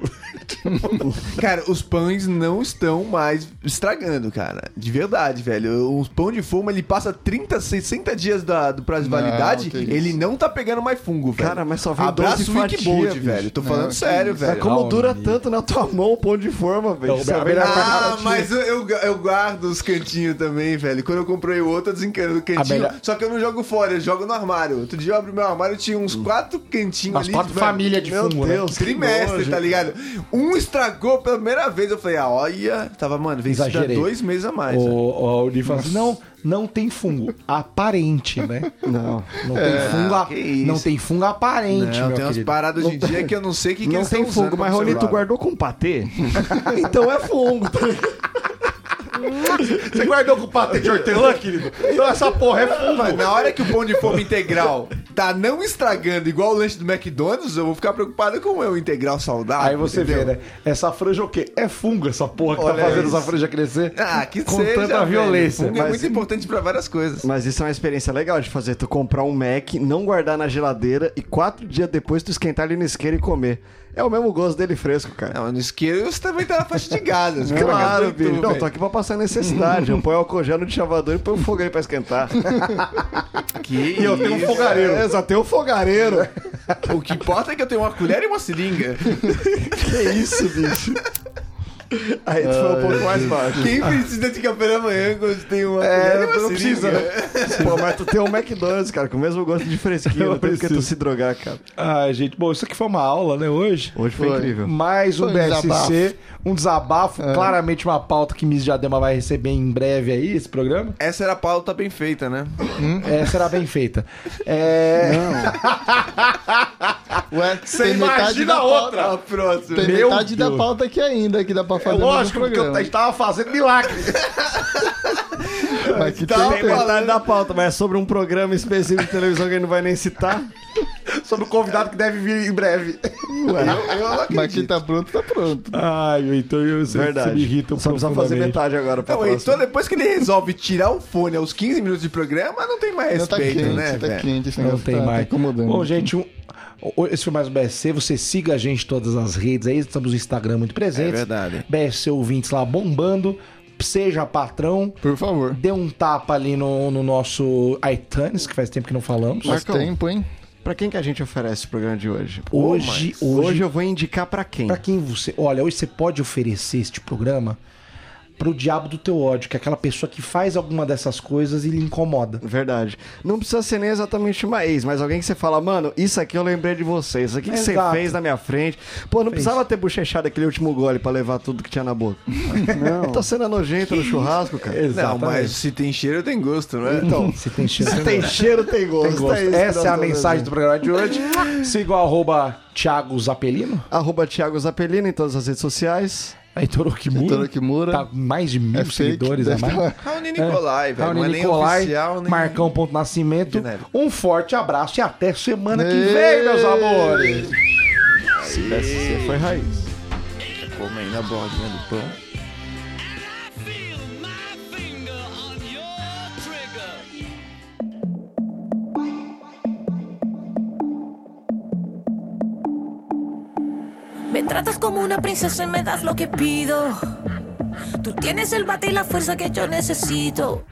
Cara, os pães não estão mais estragando, cara. De verdade, velho. O pão de forma, ele passa 30, 60 dias da, do prazo de
Não,
validade,
que isso.
ele não tá pegando mais fungo, velho.
Cara, mas só vem
Abraço
12
o Wikibold,
fatia, bicho.
velho. Tô
Não,
falando
É, que
sério,
isso.
Mas
velho.
como dura tanto na tua mão o pão de forma, velho?
Não,
Isso é a
a melhor
melhor
parte-
parte.
Ah, mas eu, eu, eu guardo os cantinhos também, velho. Quando eu comprei o outro, eu desencano do cantinho.
melhor-
Só que eu não jogo fora, eu jogo no armário. Outro dia eu abri meu armário e tinha uns quatro cantinhos
As
ali.
Hum. quatro
velho.
famílias de
Meu
fungo, né?
Deus, que
Trimestre,
nojo.
tá ligado? Um estragou pela primeira vez. Eu falei, ah, olha. Tava, mano, vem isso dá
Exagerei.
dois meses a mais.
O,
velho.
o, o Lee fala assim, não, não tem fungo. Aparente, né?
Não.
Não tem fungo, a-
que isso.
não tem fungo aparente,
Não,
meu
tem umas
querido.
paradas hoje em dia que eu não sei o que, que
não
eles
tem
tão usando
fungo, mas
como
Rolito
celular.
guardou
um
com patê? então é fungo.
Você guardou com o patê de hortelã, querido? Então essa porra é fungo.
Mas na hora que o pão de forma integral tá não estragando igual o lanche do McDonald's, eu vou ficar preocupado com o meu integral saudável.
Aí você vê, né? Essa franja é o quê? É fungo essa porra que
Olha
tá fazendo
isso.
essa franja crescer.
Ah, que
Com
seja,
tanta
velho.
violência,
Fungo é
mas-
muito importante pra várias coisas.
Mas isso é uma experiência legal de fazer. Tu comprar um Mac, não guardar na geladeira e quatro dias depois tu esquentar ele no isqueiro e comer. É o mesmo gosto dele fresco, cara.
Não, no isqueiro você também tá na faixa de gás. né?
Claro,
Tudo,
bicho. Não,
velho.
tô aqui pra passar necessidade. Eu ponho álcool gel no chavador e ponho fogo aí pra esquentar.
Que
E eu tenho um
isso.
fogareiro.
É, só tem o fogareiro.
O que importa é que eu tenho uma colher e uma seringa.
Que isso, bicho. Aí tu foi um pouco mais baixo.
Quem precisa de café da manhã quando tem uma colher e uma
tu Ah. É, não
seringa?
precisa, né?
Pô, mas tu tem um McDonald's, cara, com o mesmo gosto de fresquinho.
Eu
Não tem porque tu
preciso.
se drogar, cara.
Ai, gente, bom, isso aqui foi uma aula, né, hoje?
Hoje foi,
Foi.
incrível.
Mais um
Foi um É.
BSC, um desabafo, claramente uma pauta que Miss Diadema vai receber em breve aí, esse programa.
Essa era a pauta bem feita, né?
É, será bem feita. É...
Ué,
Você
Né? tem metade
imagina
da
a
pauta.
outra!
A próxima.
Tem
Meu
metade da
Deus.
pauta aqui ainda, que dá pra
É
fazer.
lógico,
no
porque eu
programa.
t- estava fazendo milagre.
Mas que
Tá
tem-
tem metade da pauta, mas é sobre um programa específico de televisão que ele não vai nem citar.
sobre o convidado que deve vir em breve.
Mas que tá pronto, tá pronto.
Ai, meu, então eu você,
Verdade.
você me irrita
Só precisa fazer
profundamente.
metade agora pra
Não, então
próxima.
depois que ele resolve tirar o fone aos 15 minutos de programa, não tem mais
Não tá
respeito,
quente,
né,
tá
velho?
quente esse
Não
negócio.
tem
tá, Tá
mais.
incomodando.
Bom, gente, um- o- esse foi mais um BSC. Você siga a gente em todas as redes aí. Estamos no Instagram muito presentes.
É verdade.
BSC ouvintes lá bombando. Seja patrão.
Por favor.
Dê um tapa ali no, no nosso iTunes, que faz tempo que não falamos.
Faz
Marcão.
tempo, hein?
Pra quem que a gente oferece o programa de hoje?
Hoje,
Hoje,
hoje,
eu vou indicar pra quem?
Pra quem você. Olha, hoje você pode oferecer este programa pro diabo do teu ódio, que é aquela pessoa que faz alguma dessas coisas e lhe incomoda.
Verdade. Não precisa ser nem exatamente uma ex, mas alguém que você fala, mano, isso aqui eu lembrei de você, isso aqui que você
Exato.
fez na minha frente. Pô, não precisava ter bochechado aquele último gole pra levar tudo que tinha na boca. Não. Tá sendo nojento no churrasco, cara.
Não, mas se tem cheiro, tem gosto, né?
Então,
Se tem cheiro,
se tem cheiro, tem gosto.
tem gosto.
É isso que
Essa
nós
é a
estamos
mensagem
dizendo.
do programa de hoje. Siga o arroba Thiago Zapelino.
Arroba Thiago Zapelino em todas as redes sociais.
Heitor Okimura.
Heitor Okimura.
Tá com mais de mil
É fake,
seguidores a
deve
mais.
tá-
Raoni né? Nicolai, velho.
Raoni
Não é nem
Nicolai,
oficial, nem...
Marcão Ponto Nascimento.
Genérico.
Um forte abraço e até semana que vem, meus amores.
Você foi raiz.
Comendo a bordinha do pão.
I feel my finger on your trigger.
Me tratas como una princesa y me das lo que pido. Tú tienes el bate y la fuerza que yo necesito.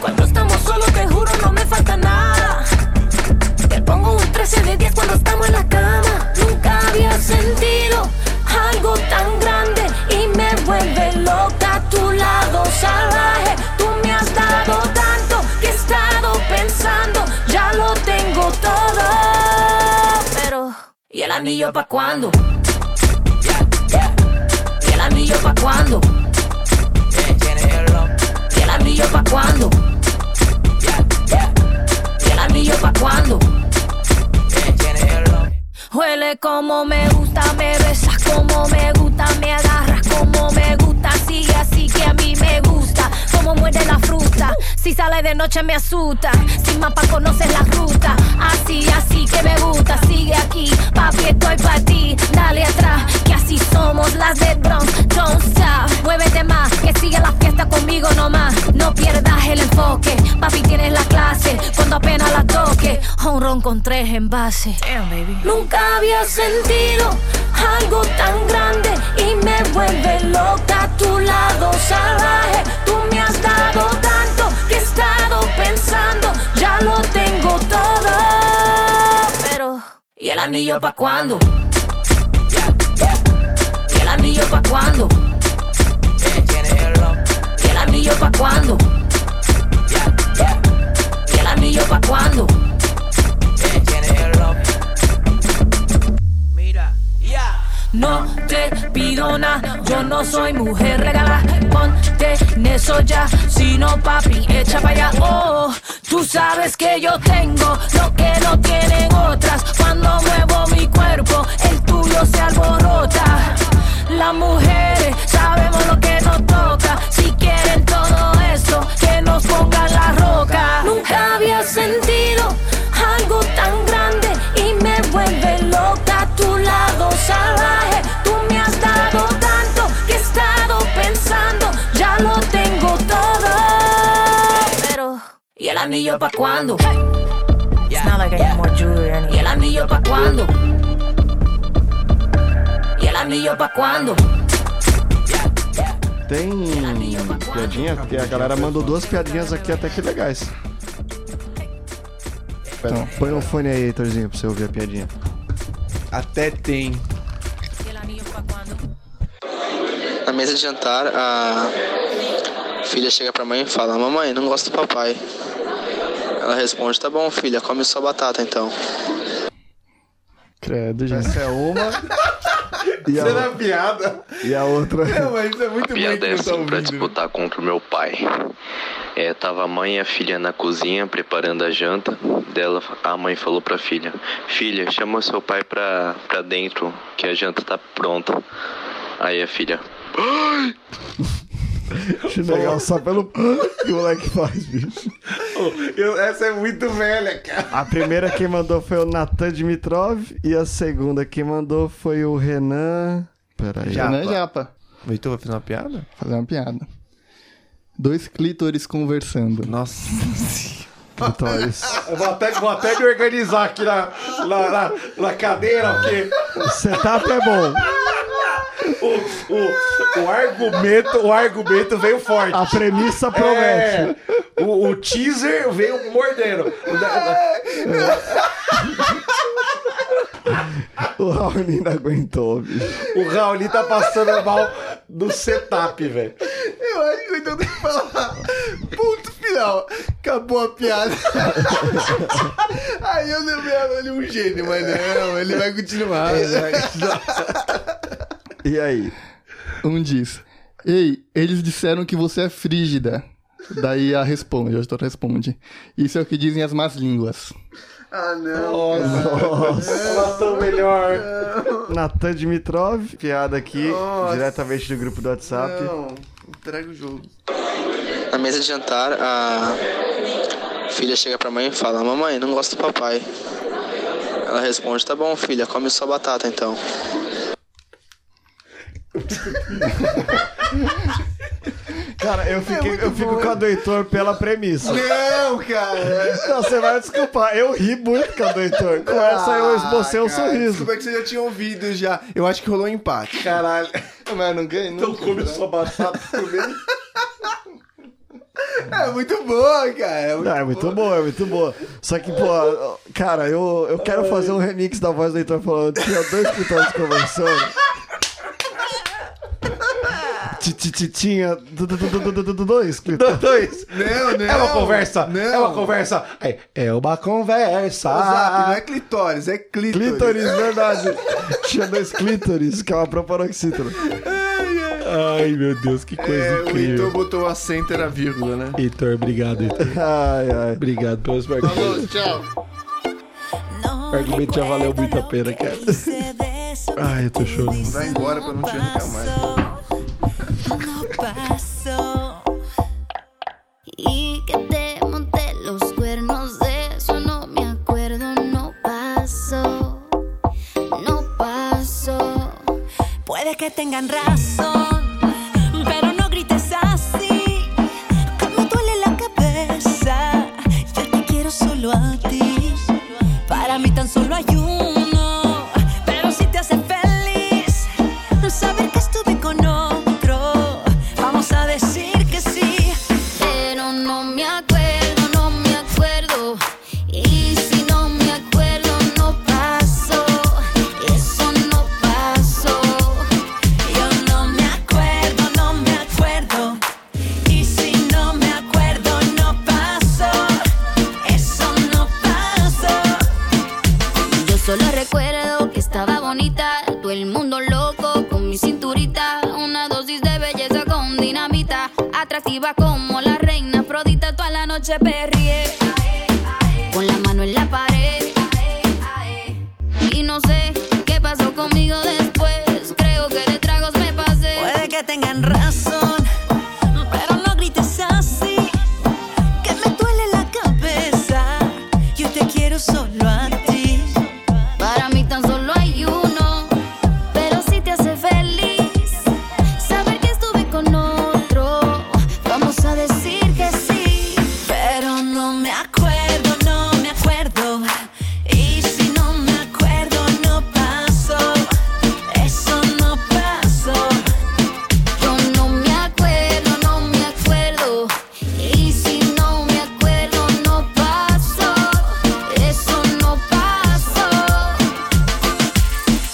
Cuando estamos solos, te juro, no me falta nada. Te pongo un 13 de 10 cuando estamos en la cama. Nunca había sentido algo tan grande y me vuelve loca a tu lado salvaje. Tú me has dado tanto que he estado pensando, ya lo tengo todo. Pero, ¿y el anillo pa' cuándo? ¿Y el anillo pa' cuándo? ¿Y el anillo pa' cuándo? anillo pa' cuando. Huele como me gusta, me besas como me gusta, me agarras como me gusta, sigue así que a mí me gusta, como muerde la fruta, si sale de noche me asusta, sin mapa conoces la ruta, así, así que me gusta, sigue aquí, papi estoy para ti, dale atrás, que así somos las de Bronx, don't stop, muévete más, que sigue la fiesta conmigo nomás, no pierdas el enfoque, papi tienes la clase, cuando apenas la toque, un ron con tres envases. Nunca había sentido algo tan grande y me vuelve loca a tu lado salvaje. Tú me has dado tanto que he estado pensando, ya lo tengo todo. Pero, ¿y el anillo pa' cuándo? ¿Y el anillo pa' cuándo? ¿Y el anillo pa' cuándo? ¿Y el anillo pa' cuándo? No te pido nada, yo no soy mujer regala. Ponte en eso ya, si no papi, echa para allá. Oh, tú sabes que yo tengo lo que no tienen otras. Cuando muevo mi cuerpo, el tuyo se alborota. Las mujeres sabemos lo que nos toca. Si quieren todo eso, que nos pongan la roca. Nunca había sentido algo tan grande y me vuelve loca tu lado salvaje. Tú me has dado tanto que he estado pensando, ya lo tengo todo. Pero, ¿y el anillo pa' cuándo? It's not like I need more jewelry or anything. ¿Y el anillo pa' cuándo? ¿Y el anillo pa' cuándo?
Tem piadinha, porque a galera mandou duas piadinhas aqui até que legais. Então, põe o fone aí, Heitorzinho, pra você ouvir a piadinha.
Até tem.
¿Y el anillo pa' cuándo?
Na mesa de jantar, a filha chega pra mãe e fala: Mamãe, não gosto do papai. Ela responde: Tá bom, filha, come só batata então.
Credo, gente.
Essa é uma. E a,
Era É piada.
e a outra.
Não, mas isso é muito
A
bom
piada
que
é
eu tô
assim pra
ouvindo.
disputar contra o meu pai. É, tava a mãe e a filha na cozinha preparando a janta. Dela, a mãe falou pra filha: Filha, chama seu pai pra, pra dentro, que a janta tá pronta. Aí a filha:
Acho legal só pelo que o moleque faz, bicho.
Eu- essa é muito velha, cara.
A primeira quem mandou foi o Natan Dimitrov e a segunda quem mandou foi o Renan. Peraí.
Já.
Já.
Não é japa.
Heitor vai fazer uma piada?
Fazer uma piada. Dois clítores conversando.
Nossa.
Então é
Eu vou até, vou até me organizar aqui na, na, na- na cadeira, porque
O setup é bom.
o, o, o argumento, o argumento veio forte.
A premissa promete.
É, o, o teaser veio mordendo.
O Raoni não aguentou, bicho.
O Raoni tá passando mal do setup, velho.
Eu acho que o Heitor tem que falar. Ponto final. Acabou a piada. Aí eu
ah,
lembrava ele é um gênio, mas não, ele vai continuar.
E aí?
Um diz: Ei, eles disseram que você é frígida. Daí a responde, a história responde. Isso é o que dizem as más línguas.
Ah, não.
Relação melhor.
Natan Dimitrov, piada aqui, diretamente do grupo do WhatsApp.
Não, entrega o jogo.
Na mesa de jantar, a filha chega pra mãe e fala: Mamãe, não gosto do papai. Ela responde: Tá bom, filha, come só batata então.
Cara,
É
eu, fiquei, eu fico com a do Heitor pela premissa.
Não, cara.
Não, você vai desculpar, eu ri muito com a do Heitor. Com essa eu esbocei um
Ah, cara,
sorriso.
Desculpa que você já tinha ouvido já. Eu acho que rolou um empate.
Caralho.
Mas não ganha?
Então
Não.
né?
Come sua batata comigo.
É muito boa, cara.
Não, é muito boa, é muito boa. Só que, pô, cara, eu, eu quero fazer um remix da voz do Heitor falando que tinha dois pitões conversando. Ti- ti- ti- Tinha du- du- du- du- du- du- du- dois pitões.
Dois.
Não, não.
É uma conversa.
Não.
É uma conversa. É, é uma conversa.
Exato, não é clitóris, é clítoris.
Clítoris, verdade. Tinha dois clítoris, que é uma proparoxítona.
Ai, ai.
Ai, meu Deus, que coisa
É, o Heitor
incrível.
botou a center a vírgula, né?
Heitor, obrigado, Heitor.
Ai, ai.
Obrigado pelos parceiros.
Falou, tchau.
Não
Argumento já valeu
recuerdo
muito a
lo
pena,
que
cara.
hice después
Ai, eu tô chorando.
Vai embora pra não te arrancar mais.
No pasó.
Y que te monté los cuernos, de eso no me acuerdo, no pasó, no pasó.
Puede que tengan razón, pero no grites así. Que me duele la cabeza. Yo te quiero solo a ti. Para mí tan solo hay uno, pero si te hace feliz saber que estuve con otro, vamos a decir que sí.
Pero no me acuerdo, no me acuerdo. Y si no me acuerdo, no pasó, eso no pasó.
Yo no me acuerdo, no me acuerdo. Y si no me acuerdo, no pasó. Eso no pasó.
Yo solo recuerdo que estaba bonita, todo el mundo loco con mi cinturita, una dosis de belleza con dinamita, atractiva como la reina Afrodita, toda la noche perrié, con la mano en la pared. Y no sé qué pasó conmigo después, creo que de tragos me pasé.
Puede que tengan razón, pero no grites así. Que me duele la cabeza. Yo te quiero solo a ti.
Para mí tan solo hay uno, pero si te hace feliz saber que estuve con otro, vamos a decir que sí.
Pero no me acuerdo, no me acuerdo. Y si no me acuerdo, no pasó. Eso no pasó.
Yo no me acuerdo, no me acuerdo, y si no me acuerdo no pasó, eso no pasó.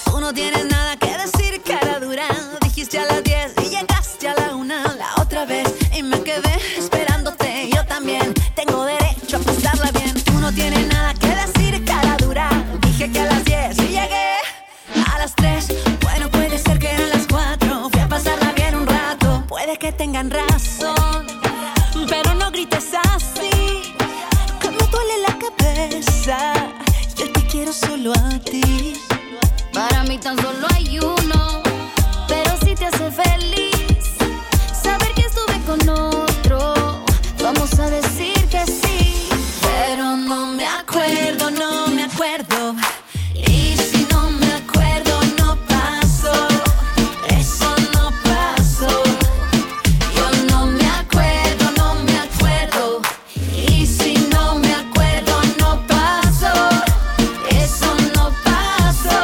Tú no tienes nada que decir, cara dura. Dijiste a las 10 y llegaste a la una la otra vez. Y me quedé esperándote. Yo también tengo derecho a pasarla bien. Tú no tienes nada que decir, cara dura. Dije que a las 10 y llegué a las 3. Bueno, puede ser que eran las 4. Fui a pasarla bien un rato. Puede que tengan razón, pero no grites así. Que me duele la cabeza. Yo te quiero solo a ti.
Para mí tan solo hay uno, pero si te hace feliz saber que estuve con otro, vamos a decir que sí.
Pero no me acuerdo, no me acuerdo. Y si no me acuerdo, no pasó. Eso no pasó. Yo no me acuerdo, no me acuerdo. Y si no me acuerdo, no pasó. Eso no pasó.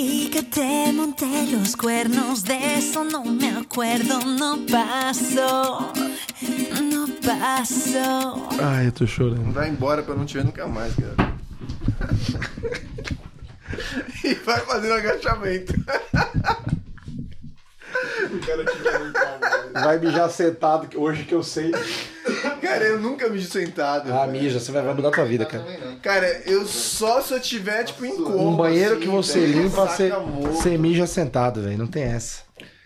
Y que te monté los cuernos, de eso no me acuerdo, no pasó. No pasó.
Ai, eu tô chorando.
Vai embora pra não te ver nunca mais, cara. e vai fazendo agachamento.
Vai mijar sentado, que hoje que eu sei.
Cara, eu nunca me sentado.
Ah, mija, você vai, vai mudar a tua vida, cara.
Cara, eu só se eu tiver, tipo, em coma.
Um banheiro
assim,
que você
velho.
limpa, você,
Ressaca morto.
você mija sentado, velho. Não tem essa.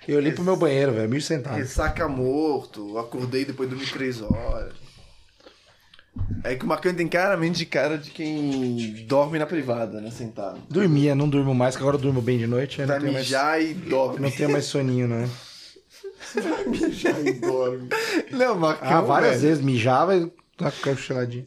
Eu limpo meu banheiro, velho. Mijo sentado.
Ressaca morto, acordei depois de dormi três horas. É que o Macan tem claramente de cara de quem dorme na privada, né? Sentado.
Dormia, não durmo mais, que agora eu durmo bem de noite. aí
Vai
Não tenho mais,
mijar e
não
dorme.
tenho mais soninho, né?
Não, Macan.
Ah, várias
velho. Ah,
Ah, vezes mijava e tava com a cochiladinha.